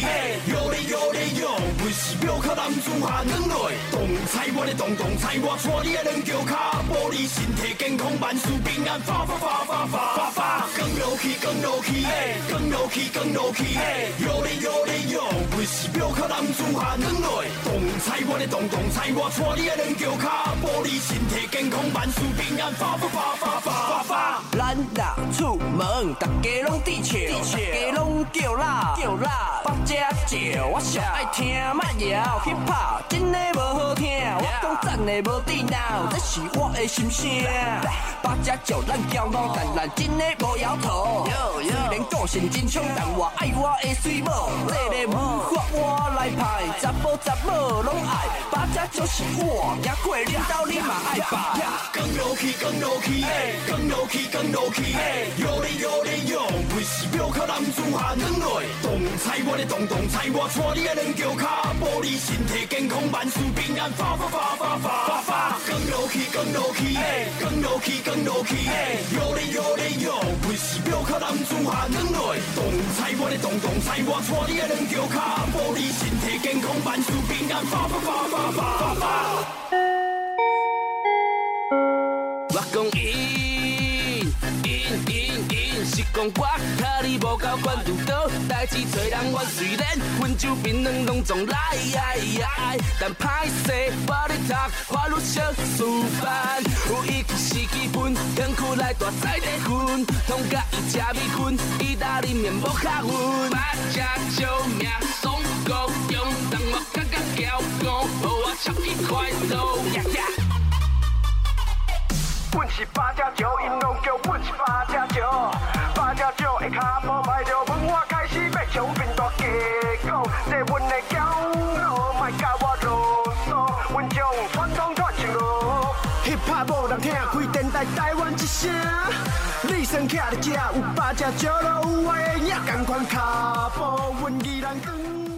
Speaker 7: 摇咧摇咧摇，不是庙口男子汉软落，动菜我咧动动菜，我带你啊两脚脚，保你身体健康，万事平安，发发发发发发发，更落去，更落去，更落去，更落去，摇咧摇咧摇，不是庙口男子汉软落，动菜我咧动动菜，我带你啊两脚脚，保你身体健康，万事平安，发发发发发发发。
Speaker 5: 咱啦出门，大家拢地笑，大家拢叫啦叫啦，北只叫，我上爱听慢摇 hiphop，真的无好听，我讲赞的无地脑，这是我的心声。北只叫咱骄傲，但咱真的无摇头。虽然个性真冲，但我爱我的水某，这个舞法我来排，查甫查某拢爱，北只就是我，行过恁兜你嘛爱拜。
Speaker 7: 更落去，更落去，更落去，更落去，摇咧摇咧摇，不是庙口男子汉软落，动菜我咧动动菜，我带你啊两脚脚，保你身体健康，万事平安，发发发发发发发，更落去，更落去，更落去，更落去，摇咧摇咧摇，不是庙口男子汉软落，动菜我咧动动菜，我带你啊两脚脚，保你身体健康，万事平安，发发发发发发发。
Speaker 5: 我讲因因因因，是讲我甲你无够关注到，代志找人我虽然温州槟榔拢总来，哎哎但歹势我咧读法律小师范，有伊是基本，工区内大菜地分，通甲伊食米粉，意大利面无较匀，马车少命爽高用，让我感觉骄傲，予我超级快乐。呀呀
Speaker 17: 阮是八加九，因拢叫阮是八加九。八加九的脚步迈着，阮我开始要求变大结果，这阮的骄傲，莫甲我啰嗦，阮将传统传承落。
Speaker 7: hiphop 无人听，开电台台湾之声。你先徛伫遮，有八只石路，有我的影，同款脚步，阮依然光。